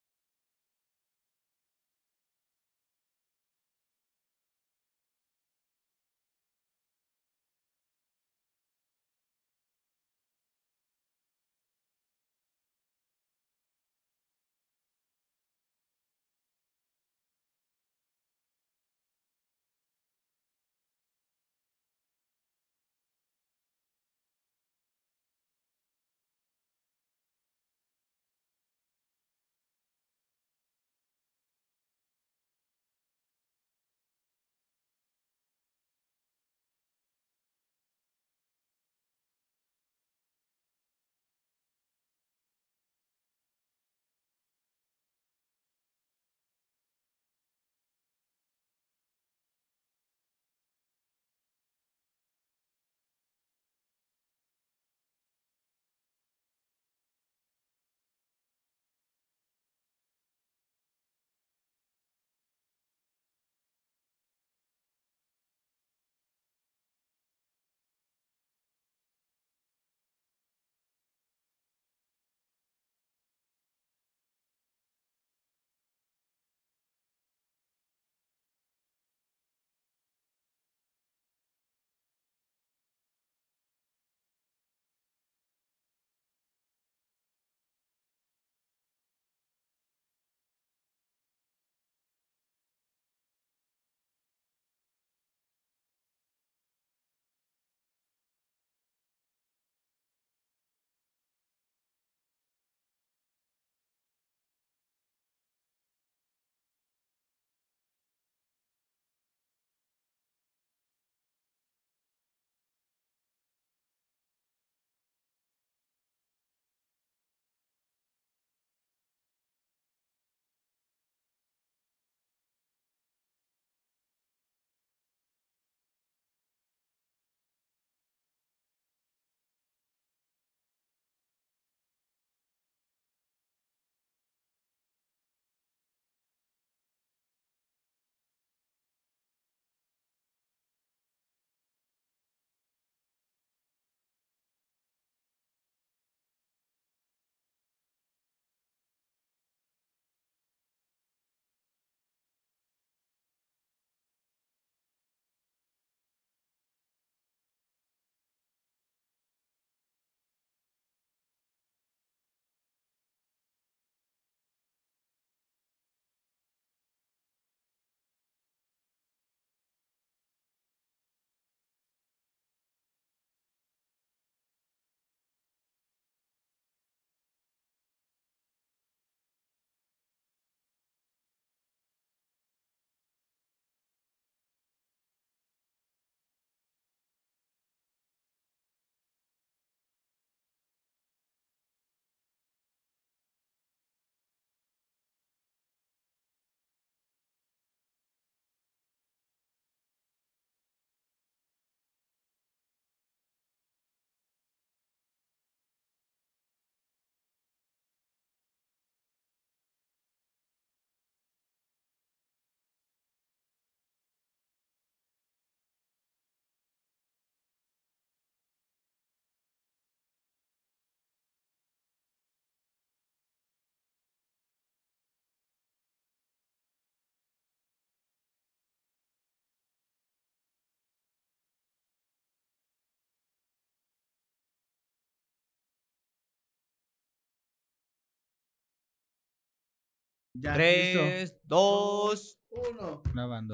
Speaker 2: Ya, listo.
Speaker 6: Tres, dos.
Speaker 2: Uno.
Speaker 5: Grabando.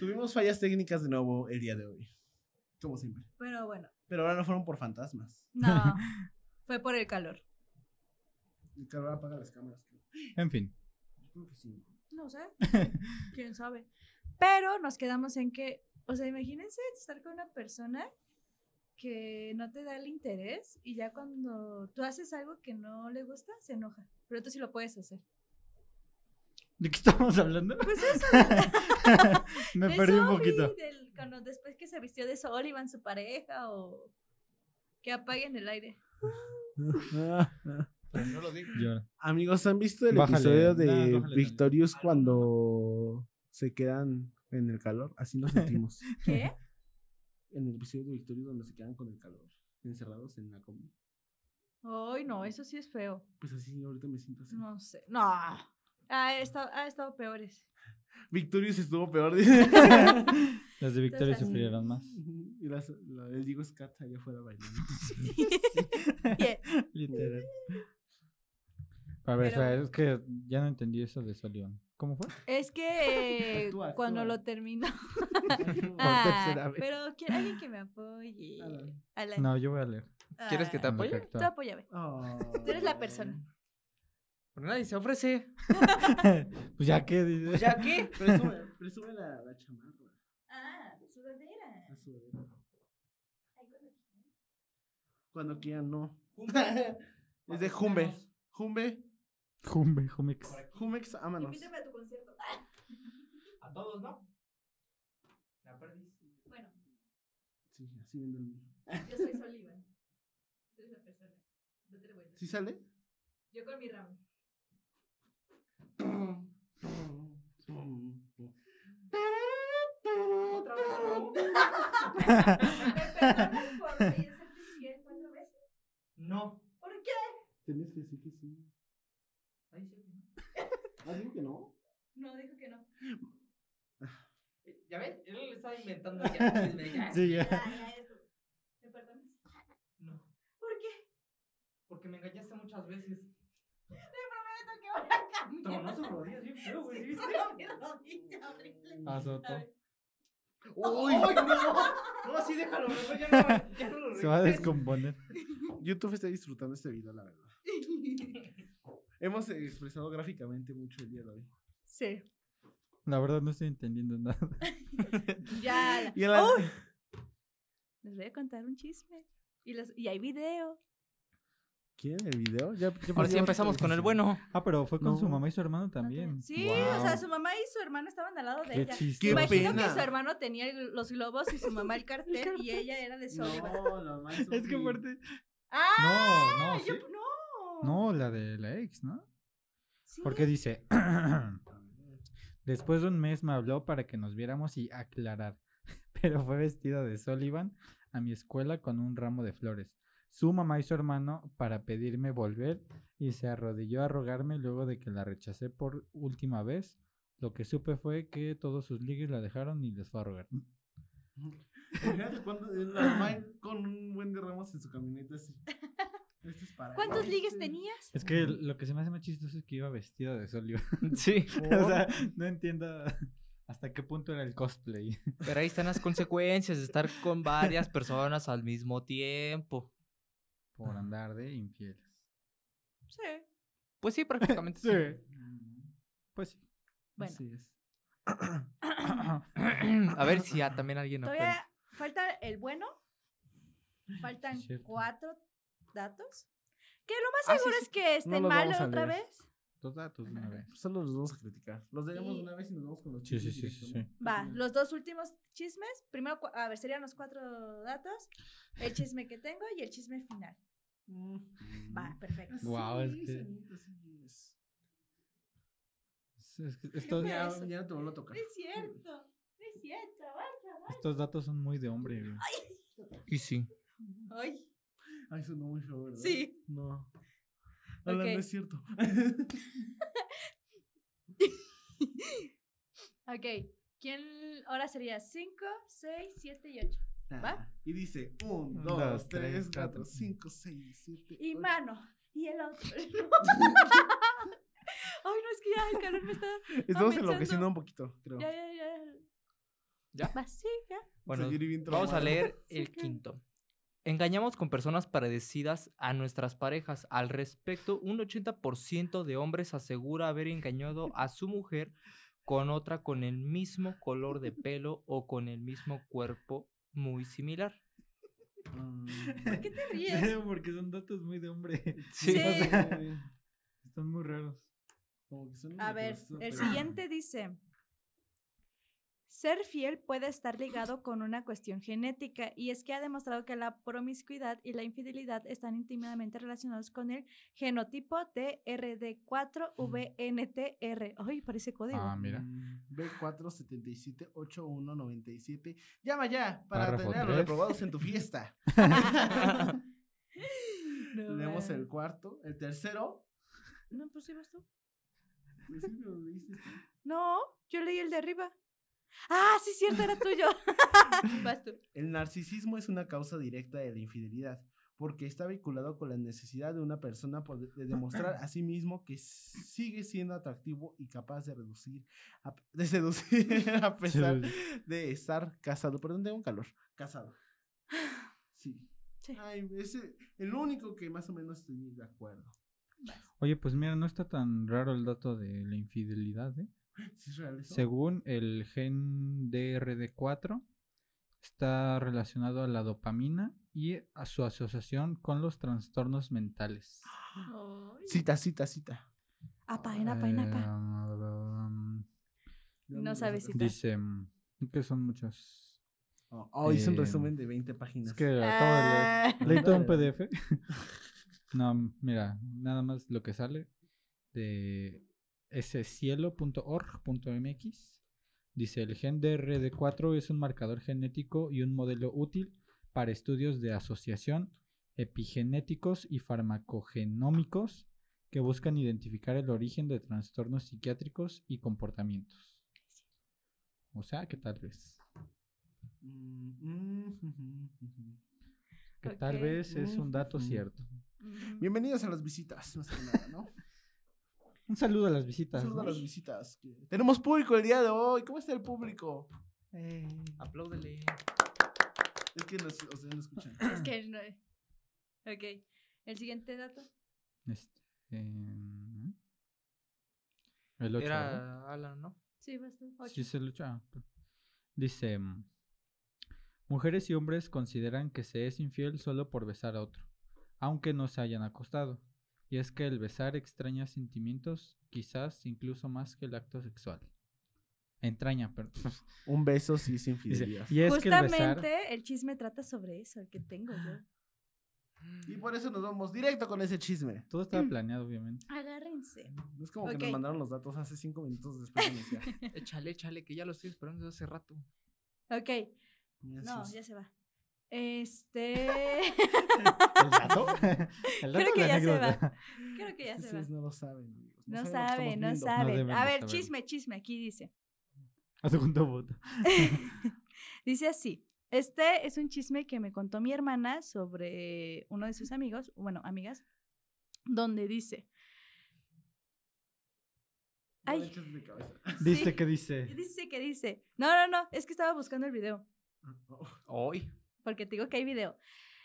Speaker 2: Tuvimos fallas técnicas de nuevo el día de hoy. Como siempre.
Speaker 3: Pero bueno,
Speaker 2: Pero ahora no fueron por fantasmas.
Speaker 3: no. Fue por el calor.
Speaker 2: El calor apaga las cámaras. creo.
Speaker 5: En fin.
Speaker 2: Yo creo que sí.
Speaker 3: No sé. Quién sabe. Pero nos quedamos en que, o sea, imagínense estar con una persona que no te da el interés y ya cuando tú haces algo que no le gusta, se enoja. Pero tú sí lo puedes hacer.
Speaker 5: ¿De qué estamos hablando?
Speaker 3: Pues eso.
Speaker 5: Me
Speaker 3: de
Speaker 5: perdí un
Speaker 3: Sophie,
Speaker 5: poquito.
Speaker 3: del- cuando después que se vistió de sol iban su pareja o que apaguen el aire.
Speaker 1: Pero no lo dije.
Speaker 5: Llora.
Speaker 2: Amigos, ¿han visto el
Speaker 5: Ah. Bájale,
Speaker 2: episodio de
Speaker 5: nah, bájale también. Ah,
Speaker 2: Victorious cuando se quedan en el calor? Así nos sentimos.
Speaker 3: ¿Qué?
Speaker 2: en el episodio de Victorious donde se quedan con el calor, encerrados en la comida.
Speaker 3: Ay, no, eso sí es feo.
Speaker 2: Pues así ahorita me siento así.
Speaker 3: No sé. No. Ha estado, ha estado peores.
Speaker 2: Victorious estuvo peor, dice.
Speaker 5: Las de Victoria
Speaker 3: Entonces,
Speaker 5: sufrieron más.
Speaker 2: y las- la- el Diego Scat allá afuera bailando.
Speaker 3: Bien.
Speaker 5: Literal. A ver,
Speaker 3: Pero-
Speaker 5: o sea, es que ya no entendí eso de Solión. ¿Cómo fue?
Speaker 3: Es que eh,
Speaker 2: Actúa, actúa.
Speaker 3: cuando lo termino. Ah,
Speaker 5: tercera vez.
Speaker 3: Pero quiero alguien que me apoye.
Speaker 2: Alan.
Speaker 3: Alan.
Speaker 5: No, yo voy a leer.
Speaker 4: ¿Quieres que te
Speaker 3: Ah,
Speaker 5: En lo que
Speaker 4: apoye?
Speaker 3: Tú
Speaker 5: actúa.
Speaker 3: apóyame.
Speaker 2: Oh.
Speaker 3: Tú eres la persona.
Speaker 4: Pero nadie se ofrece.
Speaker 5: Pues ya que dices.
Speaker 4: ¿Ya qué?
Speaker 2: Presume, presume la, la chamarra.
Speaker 3: Ah, sudadera.
Speaker 2: la sudadera. Cuando quieran, no. es de Jumbe. Jumbe.
Speaker 5: Jumbe, Jumex.
Speaker 2: Jumex, ámanos.
Speaker 3: Invítame a tu concierto. Ah,
Speaker 4: A todos, ¿no? La perdí.
Speaker 3: Bueno,
Speaker 2: Sí, así viendo el mío.
Speaker 3: yo soy Solivan. Tú eres la persona. No te devuelves.
Speaker 2: ¿Sí sale?
Speaker 3: Yo con mi ramo. ¿Me perdonas por ser fiel cuatro veces?
Speaker 4: No.
Speaker 3: ¿Por qué?
Speaker 2: Tienes que decir que sí. ¿Ah, digo que no?
Speaker 3: No, dijo que no.
Speaker 4: ¿Ya ven? Él le estaba inventando ya. chisme, ya.
Speaker 5: Sí, ya.
Speaker 3: ya, eso. ¿Me perdonas?
Speaker 4: No,
Speaker 3: ¿Por qué?
Speaker 4: porque me engañaste muchas veces.
Speaker 3: Prometo que ahora
Speaker 4: Pero no
Speaker 3: cambio.
Speaker 4: se rodillas bien feo, güey. ¿sí viste?
Speaker 3: Tengo mi rodilla horrible.
Speaker 5: Azoto.
Speaker 3: A ver.
Speaker 4: ¡Uy, no! No, sí, déjalo, mejor ya no, ya no lo
Speaker 5: Se va a
Speaker 4: regreses.
Speaker 5: descomponer.
Speaker 2: YouTube está disfrutando este video, la verdad. Hemos expresado gráficamente mucho el día de hoy.
Speaker 3: Sí.
Speaker 5: La verdad no estoy entendiendo nada.
Speaker 3: Ya. la-
Speaker 2: Y en la-
Speaker 3: Les voy a contar un chisme. Y, los, y hay video.
Speaker 2: ¿Quieren el video? Ya, ya
Speaker 4: Ahora sí
Speaker 2: ya-
Speaker 4: empezamos con el bueno.
Speaker 5: Ah, pero fue con su
Speaker 2: No.
Speaker 5: mamá y su hermano también.
Speaker 3: Sí, o sea, su mamá y su hermano estaban al lado de
Speaker 5: Qué
Speaker 3: ella.
Speaker 5: chiste.
Speaker 2: Qué
Speaker 3: Imagino
Speaker 2: pena.
Speaker 3: que su hermano tenía el- los globos y su mamá el cartel, y ella era de Sullivan.
Speaker 2: No, la mamá es
Speaker 5: Es que
Speaker 2: Sophie.
Speaker 5: aparte.
Speaker 3: ¡Ah!
Speaker 5: No, no, sí.
Speaker 3: yo- no.
Speaker 5: No, la de la ex, ¿no?
Speaker 3: Sí.
Speaker 5: Porque dice. Después de un mes me habló para que nos viéramos y aclarar. Pero fue vestida de Sullivan a mi escuela con un ramo de flores. Su mamá y su hermano para pedirme volver y se arrodilló a rogarme luego de que la rechacé por última vez. Lo que supe fue que todos sus ligues la dejaron y les fue a rogar.
Speaker 2: Imagínate cuánto- la mamá con un buen de ramos en su camioneta así. Este es para
Speaker 3: ¿Cuántos
Speaker 2: este.
Speaker 3: ligues tenías?
Speaker 5: Es que lo que se me hace más chistoso es que iba vestida de Sullivan.
Speaker 4: Sí,
Speaker 5: o sea, no entiendo hasta qué punto era el cosplay.
Speaker 4: pero ahí están las consecuencias de estar con varias personas al mismo tiempo.
Speaker 5: Por andar de infieles.
Speaker 3: Sí.
Speaker 4: Pues sí, prácticamente. sí.
Speaker 5: Pues sí.
Speaker 3: Bueno.
Speaker 2: Así es.
Speaker 4: A ver si ya también alguien aprende.
Speaker 3: Todavía falta el bueno. Faltan
Speaker 5: es cierto.
Speaker 3: cuatro datos. Que lo más
Speaker 2: Ah, sí,
Speaker 3: seguro
Speaker 2: sí.
Speaker 3: es que estén
Speaker 2: los
Speaker 3: mal
Speaker 2: vamos a
Speaker 3: otra
Speaker 2: leer.
Speaker 3: vez.
Speaker 5: Dos datos de una vez.
Speaker 2: Solo los vamos a criticar. Los daremos
Speaker 3: Sí.
Speaker 2: una vez y nos vamos con los
Speaker 5: Sí, sí,
Speaker 2: chistes
Speaker 5: sí, sí,
Speaker 2: directo, ¿no?
Speaker 3: Va,
Speaker 2: Opinan.
Speaker 3: los dos últimos chismes. Primero, cu- a ver, serían los cuatro datos. El chisme que tengo y el chisme final.
Speaker 2: Mm.
Speaker 3: Va, perfecto.
Speaker 5: Guau, es
Speaker 2: Sí,
Speaker 5: que-
Speaker 2: señorita, sí es.
Speaker 5: sí. Es que estos,
Speaker 3: fue?
Speaker 2: Ya,
Speaker 3: Eso.
Speaker 2: ya no te vuelvo a tocar.
Speaker 3: No es cierto, no es cierto.
Speaker 5: estos datos son muy de hombre. güey.
Speaker 4: Y sí.
Speaker 3: Ay,
Speaker 2: Ay, sonó muy feo, ¿verdad?
Speaker 3: sí.
Speaker 2: No. Alan,
Speaker 3: Ok.
Speaker 2: no es cierto.
Speaker 3: Ok, ¿quién ahora sería? 5, 6, 7 y 8. ¿Va?
Speaker 2: Y dice: 1,
Speaker 5: Un,
Speaker 2: 2,
Speaker 5: dos, tres,
Speaker 2: 3,
Speaker 5: cuatro.
Speaker 2: 4, 5, 6, 7.
Speaker 3: Y mano, y el otro. Ay, no, es que ya el calor me está.
Speaker 2: Estamos
Speaker 3: pensando.
Speaker 2: enloqueciendo un poquito, creo.
Speaker 3: Ya, ya, ya.
Speaker 4: ¿Ya?
Speaker 3: Vas, sí, ya.
Speaker 4: Bueno,
Speaker 2: Seguir bien
Speaker 4: Vamos a
Speaker 2: traumado.
Speaker 4: leer
Speaker 3: Sí,
Speaker 4: el
Speaker 3: claro.
Speaker 4: quinto. Engañamos con personas parecidas a nuestras parejas. Al respecto, un 80% de hombres asegura haber engañado a su mujer con otra con el mismo color de pelo o con el mismo cuerpo muy similar.
Speaker 3: ¿Por qué te ríes?
Speaker 5: Porque son datos muy de hombre.
Speaker 3: Sí.
Speaker 5: O sea, están muy raros.
Speaker 2: Como que son
Speaker 3: A ver,
Speaker 2: enloquecidos,
Speaker 3: el
Speaker 2: pero-
Speaker 3: siguiente dice. Ser fiel puede estar ligado con una cuestión genética y es que ha demostrado que la promiscuidad y la infidelidad están íntimamente relacionados con el genotipo TRD4VNTR. Ay, parece código.
Speaker 5: Ah, mira.
Speaker 2: Mm, B4778197. Llama ya para
Speaker 5: Párrafo
Speaker 2: tener a los
Speaker 5: tres.
Speaker 2: reprobados en tu fiesta.
Speaker 3: No,
Speaker 2: Leemos
Speaker 3: man.
Speaker 2: el cuarto, el tercero.
Speaker 3: No, pues ibas tú.
Speaker 2: Pues sí, lo dices.
Speaker 3: No, yo leí el de arriba. Ah, sí, cierto, era tuyo. Vas tú.
Speaker 2: El narcisismo es una causa directa de la infidelidad, porque está vinculado con la necesidad de una persona por de- de demostrar a sí mismo que sigue siendo atractivo y capaz de reducir, a- de seducir a
Speaker 3: Pues, ah.
Speaker 2: pesar de estar casado. Perdón, tengo calor. Casado. Sí.
Speaker 3: Sí.
Speaker 2: Ay, es el- el único que más o menos estoy de acuerdo.
Speaker 5: Oye, pues mira, no está tan raro el dato de la infidelidad, ¿eh?
Speaker 2: ¿Sí es real eso?
Speaker 5: Según el gen DRD4, está relacionado a la dopamina y a su asociación con los trastornos mentales.
Speaker 2: Cita, cita, cita.
Speaker 3: Ah, Apa, en apa, en apa.
Speaker 5: Em,
Speaker 2: Ya
Speaker 3: No
Speaker 2: me
Speaker 3: sabes
Speaker 2: sé.
Speaker 3: si-
Speaker 5: dice em, que son muchas.
Speaker 2: Oh, oh, hice un
Speaker 5: Eh,
Speaker 2: resumen de 20 páginas.
Speaker 5: Es que lo acabo de leer.
Speaker 3: Ah,
Speaker 5: Leí todo un
Speaker 2: Dale, dale.
Speaker 5: PDF. No, mira, nada más lo que sale de escielo.org.mx. Dice, el gen DRD4 es un marcador genético y un modelo útil para estudios de asociación epigenéticos y farmacogenómicos que buscan identificar el origen de trastornos psiquiátricos y comportamientos. O sea, que tal vez.
Speaker 2: Mm, mm,
Speaker 5: Que tal
Speaker 3: Ok.
Speaker 5: vez es un dato
Speaker 2: Ujú.
Speaker 5: cierto.
Speaker 3: ujú.
Speaker 2: Bienvenidos a las visitas, más que nada, ¿no?
Speaker 5: Un saludo a las
Speaker 2: Un
Speaker 5: visitas.
Speaker 2: saludo a
Speaker 5: ¿no?
Speaker 2: las visitas. que- Tenemos público el día de hoy. ¿Cómo está el público?
Speaker 3: Eh,
Speaker 4: Apláudele.
Speaker 2: Es que nos, o sea, no escuchan.
Speaker 3: Es que no. eh, Ok. El siguiente dato.
Speaker 5: Este. em, El 8.
Speaker 4: Era Alan, ¿no?
Speaker 3: Sí, vas tú. Ocho.
Speaker 5: Sí, es el 8. Dice: em, Mujeres y hombres consideran que se es infiel solo por besar a otro, aunque no se hayan acostado. Y es que el besar extraña sentimientos, quizás incluso más que el acto sexual. Entraña, perdón.
Speaker 2: Un beso sí sin
Speaker 5: Dice,
Speaker 2: fidelidad.
Speaker 5: y es
Speaker 3: Justamente
Speaker 5: que el
Speaker 3: el,
Speaker 5: besar.
Speaker 3: chisme trata sobre eso, el que tengo yo.
Speaker 2: Y por eso nos vamos directo con ese chisme.
Speaker 5: Todo estaba planeado, obviamente.
Speaker 3: Agárrense.
Speaker 2: Es como que
Speaker 3: Ok.
Speaker 2: nos mandaron los datos hace cinco minutos después de iniciar.
Speaker 4: Échale, échale, que ya lo estoy esperando desde hace rato.
Speaker 3: Ok.
Speaker 2: Mira,
Speaker 3: No,
Speaker 2: sí,
Speaker 3: ya se va. Este.
Speaker 5: ¿El dato? ¿El dato
Speaker 3: Creo
Speaker 5: o
Speaker 3: que
Speaker 5: la
Speaker 3: ya se va.
Speaker 5: anécdota?
Speaker 3: Creo que ya se va.
Speaker 2: Ustedes no lo saben, amigos.
Speaker 3: No
Speaker 2: saben lo que
Speaker 3: sabe,
Speaker 2: estamos
Speaker 3: no
Speaker 2: viendo.
Speaker 3: sabe.
Speaker 5: debemos
Speaker 3: A ver,
Speaker 5: saberlo.
Speaker 3: chisme, chisme. Aquí dice.
Speaker 5: A segundo voto.
Speaker 3: Dice así. Este es un chisme que me contó mi hermana sobre uno de sus amigos, bueno, amigas, donde dice.
Speaker 2: No
Speaker 3: Ay.
Speaker 2: le eches de cabeza.
Speaker 5: Dice
Speaker 3: Sí,
Speaker 5: que dice.
Speaker 3: Dice que dice. No, no, no, es que estaba buscando el video.
Speaker 4: Hoy.
Speaker 3: porque te digo que hay video.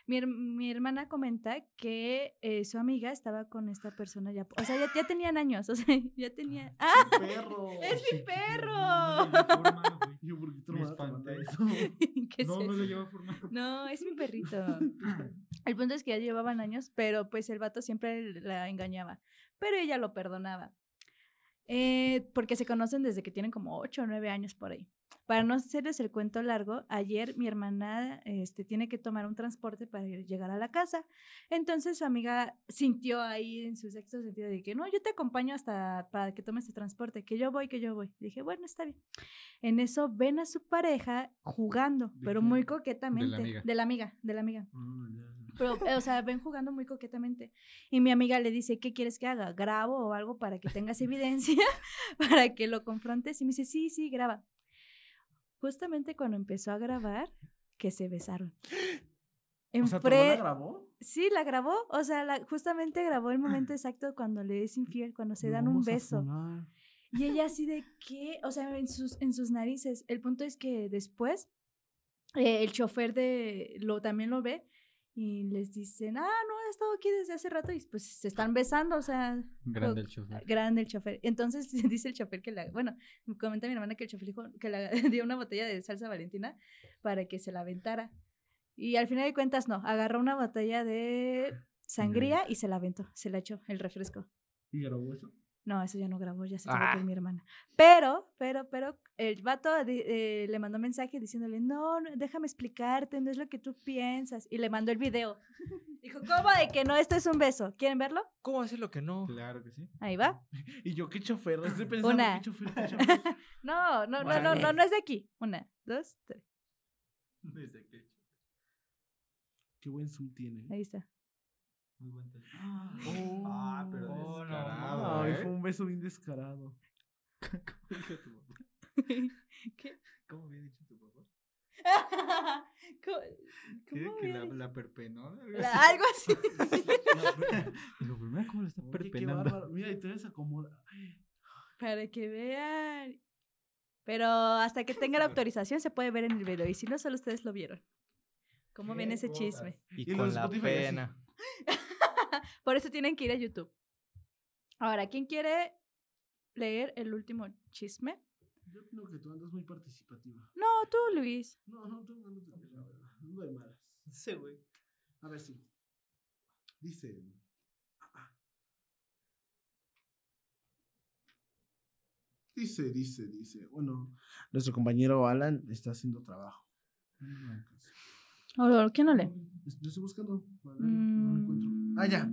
Speaker 3: Mi, her- mi hermana comenta que eh, su amiga estaba con esta persona ya. O sea, ya, ya tenían años. O sea, ya tenía. ¡Ah!
Speaker 2: perro!
Speaker 3: ¡Es mi
Speaker 5: No me
Speaker 3: perro!
Speaker 5: lleva formado, güey.
Speaker 2: Yo, ¿por qué tu
Speaker 5: Me
Speaker 2: hermana te manda
Speaker 5: espanté.
Speaker 2: eso?
Speaker 3: ¿Qué es
Speaker 5: No, no
Speaker 3: eso?
Speaker 5: lo lleva formado.
Speaker 3: No, es mi perrito. El punto es que ya llevaban años, pero pues el vato siempre la engañaba. Pero ella lo perdonaba. Eh, porque se conocen desde que tienen como 8 o 9 años por ahí. Para no hacerles el cuento largo, ayer mi hermana este, tiene que tomar un transporte para ir- llegar a la casa. Entonces su amiga sintió ahí en su sexto sentido de que no, yo te acompaño hasta para que tomes tu transporte, que yo voy, que yo voy. Dije, bueno, está bien. En eso ven a su pareja jugando,
Speaker 2: ¿De
Speaker 3: pero
Speaker 2: quién?
Speaker 3: muy coquetamente.
Speaker 5: amiga.
Speaker 3: De la amiga, de la amiga.
Speaker 2: Mm, ya, ya.
Speaker 3: Pero, eh, o sea, ven jugando muy coquetamente. Y mi amiga le dice, ¿qué quieres que haga? ¿Grabo o algo para que tengas evidencia? para que lo confrontes. Y me dice, sí, sí, graba. Justamente cuando empezó a grabar, que se besaron.
Speaker 2: O
Speaker 3: En
Speaker 2: sea, ¿tu hermana
Speaker 3: Fre-
Speaker 2: grabó?
Speaker 3: Sí, la grabó. O sea, la- justamente grabó el
Speaker 2: Ah.
Speaker 3: momento exacto cuando le es infiel, cuando se
Speaker 2: Lo
Speaker 3: dan un
Speaker 2: vamos a
Speaker 3: beso.
Speaker 2: funar.
Speaker 3: Y ella así de qué, o sea, en sus, en sus narices. El punto es que después eh, el chofer de lo también lo ve y les dicen, ah, no, he estado aquí desde hace rato y pues se están besando, o sea,
Speaker 5: Grande el chofer.
Speaker 3: grande el chofer. Entonces dice el chofer que la, bueno, me comenta mi hermana que el chofer dijo que le dio una botella de salsa valentina para que se la aventara. Y al final de cuentas, no, agarró una botella de sangría y se la aventó, se la echó el refresco.
Speaker 2: ¿Y grabó eso?
Speaker 3: No, eso ya no grabó, ya se tuvo
Speaker 4: Ah.
Speaker 3: que ir mi hermana. Pero, pero, pero, el vato di- eh, le mandó mensaje diciéndole, no, no, déjame explicarte, no es lo que tú piensas. Y le mandó el video. Dijo, ¿cómo de que no? Esto es un beso. ¿Quieren verlo?
Speaker 4: ¿Cómo hacer lo que no?
Speaker 5: Claro que sí.
Speaker 3: Ahí va.
Speaker 2: Y yo, qué chofer, estoy pensando,
Speaker 3: Una.
Speaker 2: qué chofer, qué chofer.
Speaker 3: No, no, no, no, no, no es de aquí. Una, dos, tres.
Speaker 5: Desde que
Speaker 2: Qué buen zoom tiene.
Speaker 3: Ahí está.
Speaker 5: Muy buen teléfono.
Speaker 2: Oh.
Speaker 5: Ah, pero
Speaker 4: Oh, no,
Speaker 5: descarado,
Speaker 2: Ay,
Speaker 5: ¿eh?
Speaker 2: fue un beso bien descarado.
Speaker 5: ¿Cómo dijo tu papá?
Speaker 3: ¿Qué?
Speaker 5: ¿Cómo había dicho tu papá?
Speaker 3: ¿Cómo,
Speaker 5: ¿Qué?
Speaker 3: cómo
Speaker 5: Que
Speaker 3: había
Speaker 5: la,
Speaker 3: dicho?
Speaker 5: la perpenó.
Speaker 3: La- algo así.
Speaker 5: Lo primero, ¿cómo lo está
Speaker 2: Oye, qué
Speaker 5: perpenando?
Speaker 2: bárbaro. Mira, y todavía se acomoda.
Speaker 3: Para que vean. Pero hasta que tenga la autorización se puede ver en el video. Y si no, solo ustedes lo vieron. ¿Cómo ven
Speaker 5: Qué
Speaker 3: ese chisme?
Speaker 5: cosas.
Speaker 4: Y,
Speaker 2: Y lo
Speaker 4: con
Speaker 2: de
Speaker 4: la
Speaker 2: Spotify así.
Speaker 4: pena.
Speaker 3: Por eso tienen que ir a YouTube. Ahora, ¿quién quiere leer el último chisme?
Speaker 2: Yo creo que tú andas muy participativa.
Speaker 3: No, tú, Luis.
Speaker 2: No, no, tú no, no, la verdad. No hay malas. Sí, güey. A ver, sí. Dice. ah, Dice, dice, dice. Bueno, nuestro compañero Alan está haciendo trabajo. No me hagan caso.
Speaker 3: ¿Quién lo lee?
Speaker 2: Lo estoy buscando. para verlo, No lo encuentro.
Speaker 3: Mm,
Speaker 2: Ah, ya.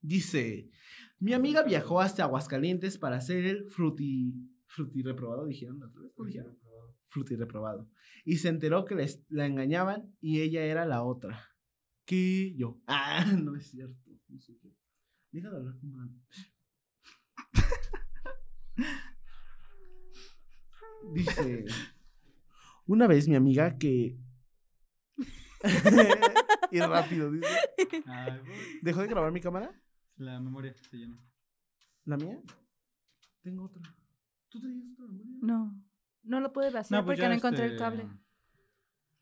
Speaker 2: Dice, mi amiga viajó hasta Aguascalientes para hacer el fruti... Fruti reprobado, dijeron la otra vez. ¿cómo dijeron? Fruti reprobado. Y se enteró que les- la engañaban y ella era la otra. Que yo. Ah, no es cierto. No sé qué. Deja de hablar como una- Dice, una vez mi amiga que... y rápido, dice.
Speaker 5: Ay, voy.
Speaker 2: ¿Dejó de grabar mi cámara?
Speaker 5: La memoria se llenó.
Speaker 2: ¿La mía? Tengo otra. ¿Tú tenías otra memoria?
Speaker 3: No. No lo pude vaciar
Speaker 5: pues
Speaker 3: porque
Speaker 5: ya,
Speaker 3: no encontré el
Speaker 5: este,
Speaker 3: cable.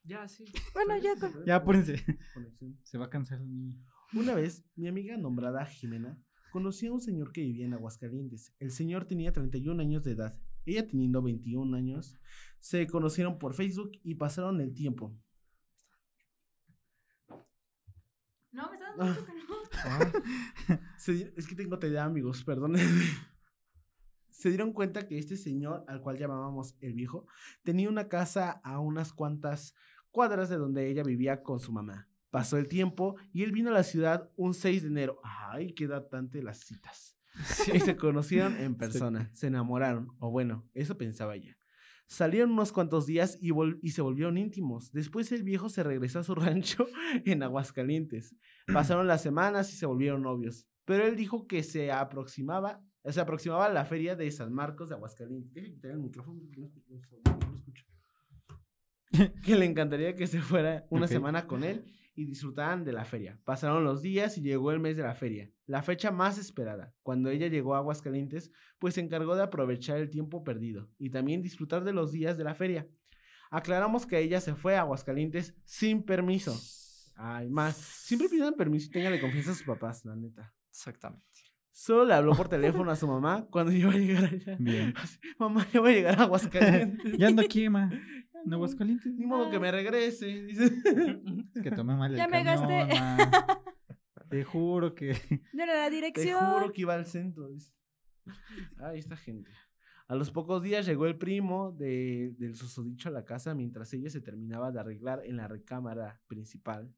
Speaker 4: Ya, sí.
Speaker 3: Bueno, ya con...
Speaker 5: Ya, apúrense.
Speaker 2: Conexión.
Speaker 5: Se va a cansar el niño.
Speaker 2: Una vez, mi amiga nombrada Jimena conocía a un señor que vivía en Aguascalientes. El señor tenía 31 años de edad. Ella teniendo 21 años, se conocieron por Facebook y pasaron el tiempo.
Speaker 3: No, me estás
Speaker 2: dando mucho Se di- es que tengo TDA, amigos, perdón. Se dieron cuenta que este señor, al cual llamábamos el viejo, tenía una casa a unas cuantas cuadras de donde ella vivía con su mamá. Pasó el tiempo y él vino a la ciudad un 6 de enero. Ay, qué datante las citas. Y se conocieron en persona, se enamoraron, o bueno, eso pensaba ella. Salieron unos cuantos días y, vol- y se volvieron íntimos. Después el viejo se regresó a su rancho en Aguascalientes. Pasaron las semanas y se volvieron novios. Pero él dijo que se aproximaba, se aproximaba a la feria de San Marcos de Aguascalientes. Deja quitar el micrófono porque no escu- no escu- no escucho. Que le encantaría que se fuera una
Speaker 5: Ok.
Speaker 2: semana con él y disfrutaran de la feria. Pasaron los días y llegó el mes de la feria, la fecha más esperada. Cuando ella llegó a Aguascalientes, pues se encargó de aprovechar el tiempo perdido y también disfrutar de los días de la feria. Aclaramos que ella se fue a Aguascalientes sin permiso. Ay, más. Siempre pidan permiso y tenganle confianza a sus papás, la neta.
Speaker 4: Exactamente.
Speaker 2: Solo le habló por teléfono a su mamá cuando iba a llegar allá.
Speaker 5: Bien.
Speaker 2: Mamá, yo voy a llegar a Aguascalientes.
Speaker 5: Ya ando aquí, ma. En Aguascalientes.
Speaker 2: Ni modo que me regrese. dice.
Speaker 5: Es que tomé mal el
Speaker 3: Ya me
Speaker 5: camión,
Speaker 3: gasté.
Speaker 5: ma. Te juro que.
Speaker 3: No era la
Speaker 2: Te
Speaker 3: dirección.
Speaker 2: juro que iba al centro. dice. Ay, esta gente. A los pocos días llegó el primo de- del susodicho a la casa mientras ella se terminaba de arreglar en la recámara principal.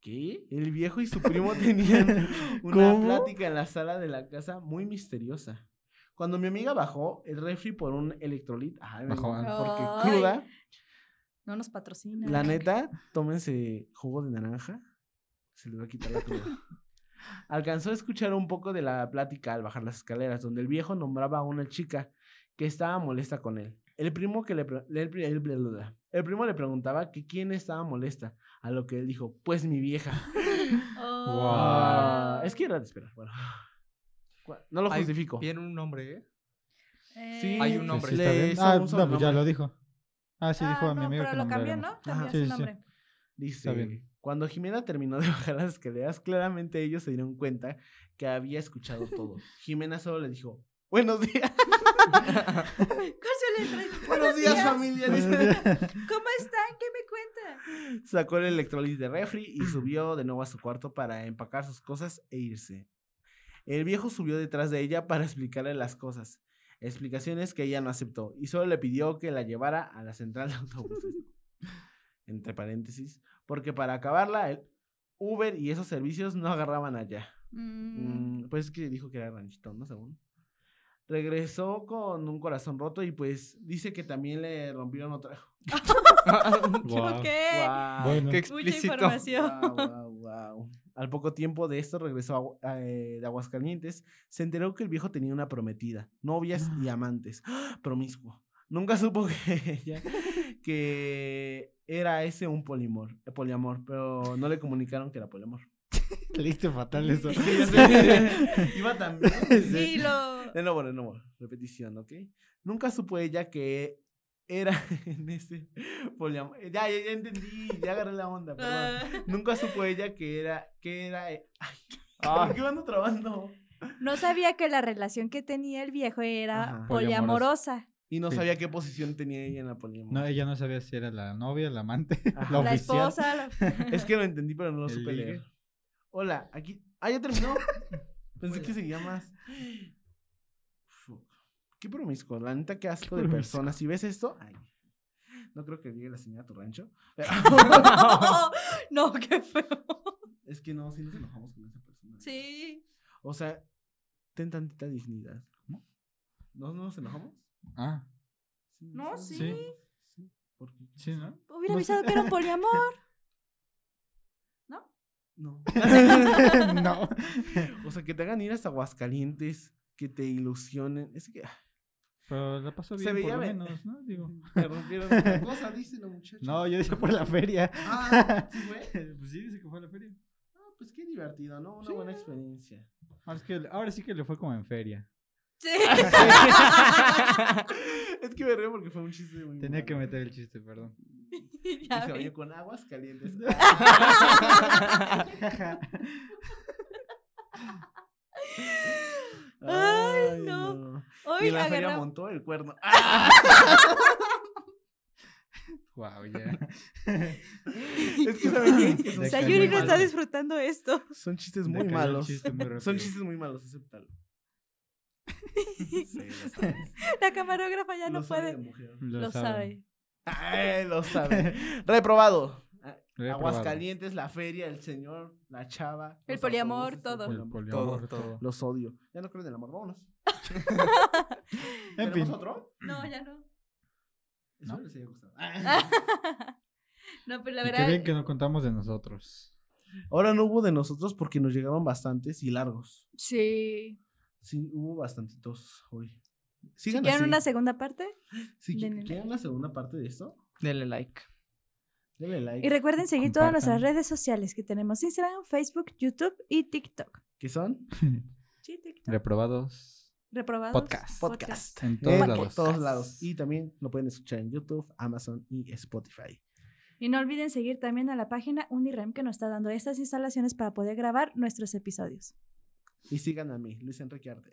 Speaker 2: ¿Qué? El viejo y su primo tenían una
Speaker 5: ¿Cómo?
Speaker 2: plática en la sala de la casa muy misteriosa. Cuando mi amiga bajó el refri por un electrolit, ay, me
Speaker 5: Bajó
Speaker 2: encanta,
Speaker 3: algo.
Speaker 2: porque cruda,
Speaker 3: No nos patrocina.
Speaker 2: la neta, tómense jugo de naranja. Se les va a quitar la cruda. Alcanzó a escuchar un poco de la plática al bajar las escaleras, donde el viejo nombraba a una chica que estaba molesta con él. El primo que le, pre- le- el, pri- el- bla, bla, bla. El primo le preguntaba que quién estaba molesta, a lo que él dijo, pues mi vieja.
Speaker 3: Oh.
Speaker 5: Wow.
Speaker 2: Ah, es que era de esperar, bueno. Cua- No lo
Speaker 4: Ay,
Speaker 2: justifico.
Speaker 4: Viene un nombre, ¿eh?
Speaker 2: Sí,
Speaker 4: Hay un nombre.
Speaker 5: Sí, está
Speaker 2: Le
Speaker 5: bien.
Speaker 2: hizo un
Speaker 5: Ah, no, pues ya
Speaker 2: sobrenombre.
Speaker 5: lo dijo. Ah, sí,
Speaker 3: Ah,
Speaker 5: dijo a mi
Speaker 3: no,
Speaker 5: amigo
Speaker 3: pero
Speaker 5: que
Speaker 3: lo cambió,
Speaker 5: nombráramos.
Speaker 3: ¿no? Cambió su
Speaker 5: sí, sí, sí.
Speaker 3: nombre.
Speaker 2: Dice,
Speaker 5: bien.
Speaker 2: Este, cuando Jimena terminó de bajar las escaleras, claramente ellos se dieron cuenta que había escuchado todo. Jimena solo le dijo, buenos días,
Speaker 3: ¿Cuál se le trae?
Speaker 2: buenos días familia. dice.
Speaker 3: ¿Cómo están? ¿Qué me cuentan?
Speaker 2: Sacó el electrolis de refri y subió de nuevo a su cuarto para empacar sus cosas e irse. El viejo subió detrás de ella para explicarle las cosas. Explicaciones que ella no aceptó y solo le pidió que la llevara a la central de autobuses. Entre paréntesis, porque para acabarla, el Uber y esos servicios no agarraban allá.
Speaker 3: Mm,
Speaker 2: Mm, pues es que dijo que era ranchito, ¿no? Según. Regresó con un corazón roto y pues dice que también le rompieron otra.
Speaker 5: Guau.
Speaker 3: ok.
Speaker 2: Guau,
Speaker 5: Bueno.
Speaker 4: Qué
Speaker 3: Mucha
Speaker 4: explícito.
Speaker 3: información.
Speaker 2: guau, guau, guau. Al poco tiempo de esto regresó a- a, eh, de Aguascalientes. Se enteró que el viejo tenía una prometida, novias y amantes. ¡Ah! Promiscuo. Nunca supo que ella- que era ese un polimor, eh, poliamor, pero no le comunicaron que era poliamor.
Speaker 5: Leíste fatal eso.
Speaker 2: Iba también.
Speaker 3: Y lo.
Speaker 2: De nuevo, de nuevo, repetición, ¿ok? Nunca supo ella que era en ese poliamor. Ya, ya, ya entendí, ya agarré la onda, perdón.
Speaker 3: Ah,
Speaker 2: Nunca supo ella que era, que era. e, Ay,
Speaker 5: Ah.
Speaker 2: ¿por qué me ando trabando?
Speaker 3: no sabía que la relación que tenía el viejo era
Speaker 2: Ajá.
Speaker 3: poliamorosa.
Speaker 2: Y no
Speaker 5: Sí.
Speaker 2: sabía qué posición tenía ella en la poliamor.
Speaker 5: No, eh, ella no sabía si era la novia, la amante,
Speaker 2: Ajá.
Speaker 5: la
Speaker 3: La
Speaker 5: oficial.
Speaker 3: esposa. la-
Speaker 2: Es que lo entendí, pero no lo
Speaker 5: El
Speaker 2: supe
Speaker 5: ligue.
Speaker 2: leer. Hola, aquí. Ah, ya terminó. Pensé que seguía más. Fuck. Qué promiscuo, la neta, qué asco de
Speaker 5: promiscuo.
Speaker 2: personas. Si ves esto, ay, no creo que llegue la señora a tu rancho. pero-
Speaker 3: no, qué feo.
Speaker 2: Es que no, sí nos enojamos con esa persona.
Speaker 3: Sí.
Speaker 2: O sea, ten tantita dignidad. ¿No? ¿No nos enojamos?
Speaker 5: Ah,
Speaker 2: Sí,
Speaker 3: No,
Speaker 2: nos
Speaker 3: sí.
Speaker 2: enojamos. Sí. ¿Por qué?
Speaker 5: sí, ¿no?
Speaker 3: Hubiera
Speaker 5: No sé.
Speaker 3: avisado que era un poliamor.
Speaker 2: No.
Speaker 5: no.
Speaker 2: O sea, que te hagan ir hasta Aguascalientes, que te ilusionen. Es que ah,
Speaker 5: Pero la pasó
Speaker 2: Se
Speaker 5: bien,
Speaker 2: veía
Speaker 5: por lo
Speaker 2: be-
Speaker 5: menos, ¿no? Digo.
Speaker 2: me rompieron la cosa, dice la muchacha.
Speaker 5: No, yo dije por la feria.
Speaker 2: Ah, sí, güey.
Speaker 5: pues sí, dice que fue a la feria.
Speaker 2: Ah, pues qué divertido, ¿no? Una
Speaker 5: Sí.
Speaker 2: buena experiencia.
Speaker 5: Ahora, es que, ahora sí que le fue como en feria.
Speaker 3: Sí.
Speaker 2: es que me río porque fue un chiste muy
Speaker 5: Tenía
Speaker 2: malo.
Speaker 5: que meter el chiste, perdón.
Speaker 2: Y
Speaker 3: Ya
Speaker 2: se
Speaker 3: vi.
Speaker 2: bañó con aguas calientes.
Speaker 5: Jaja.
Speaker 3: Ay, no.
Speaker 2: Y
Speaker 3: Hoy
Speaker 2: en la feria
Speaker 3: agarra-
Speaker 2: montó el cuerno. Ah.
Speaker 5: wow, ya.
Speaker 2: Es que saben qué? que son
Speaker 5: De
Speaker 2: chistes
Speaker 3: Sayuri
Speaker 2: muy
Speaker 3: no está
Speaker 2: malos.
Speaker 3: disfrutando esto.
Speaker 2: pues, Son chistes
Speaker 5: Me
Speaker 2: muy
Speaker 5: cayó el
Speaker 2: malos.
Speaker 5: chiste muy rápido.
Speaker 2: Son chistes muy malos, acéptalo. Sí, lo sabes.
Speaker 3: La camarógrafa ya no
Speaker 2: Lo sabe de
Speaker 3: puede.
Speaker 2: mujer.
Speaker 5: Lo,
Speaker 3: Lo
Speaker 5: saben.
Speaker 3: sabe.
Speaker 2: Ay, Eh, lo sabe. Reprobado. Ah,
Speaker 5: Lo he
Speaker 2: Aguascalientes, la feria, el señor, la chava.
Speaker 3: El
Speaker 2: los
Speaker 3: poliamor,
Speaker 2: autobuses,
Speaker 3: todo.
Speaker 2: el
Speaker 5: probado. El
Speaker 2: poliamor.
Speaker 5: poliamor,
Speaker 4: Todo,
Speaker 5: todo.
Speaker 2: Los odio. Ya no creo en el amor, vámonos.
Speaker 5: En
Speaker 2: ¿Tenemos
Speaker 5: fin.
Speaker 2: otro?
Speaker 3: No, ya no.
Speaker 2: Eso
Speaker 5: No.
Speaker 2: les haya gustado. Ah.
Speaker 3: No, pues la
Speaker 5: Y qué
Speaker 3: verdad.
Speaker 5: bien que no contamos de nosotros.
Speaker 2: Ahora no hubo de nosotros porque nos llegaron bastantes y largos.
Speaker 3: Sí.
Speaker 2: Sí, hubo bastantitos hoy.
Speaker 3: Si
Speaker 2: Sigan
Speaker 3: quieren
Speaker 2: así.
Speaker 3: una segunda parte.
Speaker 2: Si qui-
Speaker 3: denle
Speaker 2: quieren la segunda parte de esto,
Speaker 4: Denle like.
Speaker 2: denle like.
Speaker 3: Y recuerden seguir todas nuestras
Speaker 5: Compartan.
Speaker 3: redes sociales que tenemos Instagram, Facebook, YouTube y TikTok.
Speaker 2: ¿Qué son?
Speaker 3: Sí, TikTok.
Speaker 5: Reprobados
Speaker 3: Reprobados.
Speaker 5: podcast.
Speaker 3: Podcast.
Speaker 5: en
Speaker 2: En
Speaker 5: todos
Speaker 2: por
Speaker 5: lados.
Speaker 2: todos lados. Y también lo pueden escuchar en YouTube, Amazon y Spotify.
Speaker 3: Y no olviden seguir también a la página Unirem que nos está dando estas instalaciones para poder grabar nuestros episodios.
Speaker 2: Y sigan a mí, Luis Enrique Arte.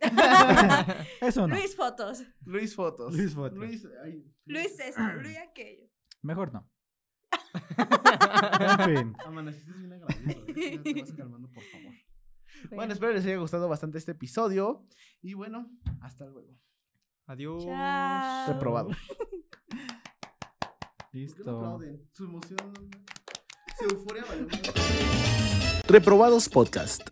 Speaker 5: Eso no.
Speaker 3: Luis Fotos,
Speaker 2: Luis Fotos.
Speaker 5: Luis Fotos.
Speaker 2: Luis, ay,
Speaker 3: Luis esto, Luis aquello.
Speaker 5: Mejor no. en fin.
Speaker 2: Amaneciste bien agradecido. ¿eh? Ya Te vas calmando, por favor. Bueno, espero les haya gustado bastante este episodio. Y bueno, hasta luego.
Speaker 4: Adiós.
Speaker 3: Chao.
Speaker 2: Reprobado. ¿Por qué no
Speaker 5: Listo.
Speaker 2: aplauden? Su emoción. no- Su euforia valió madre. Reprobados Podcast.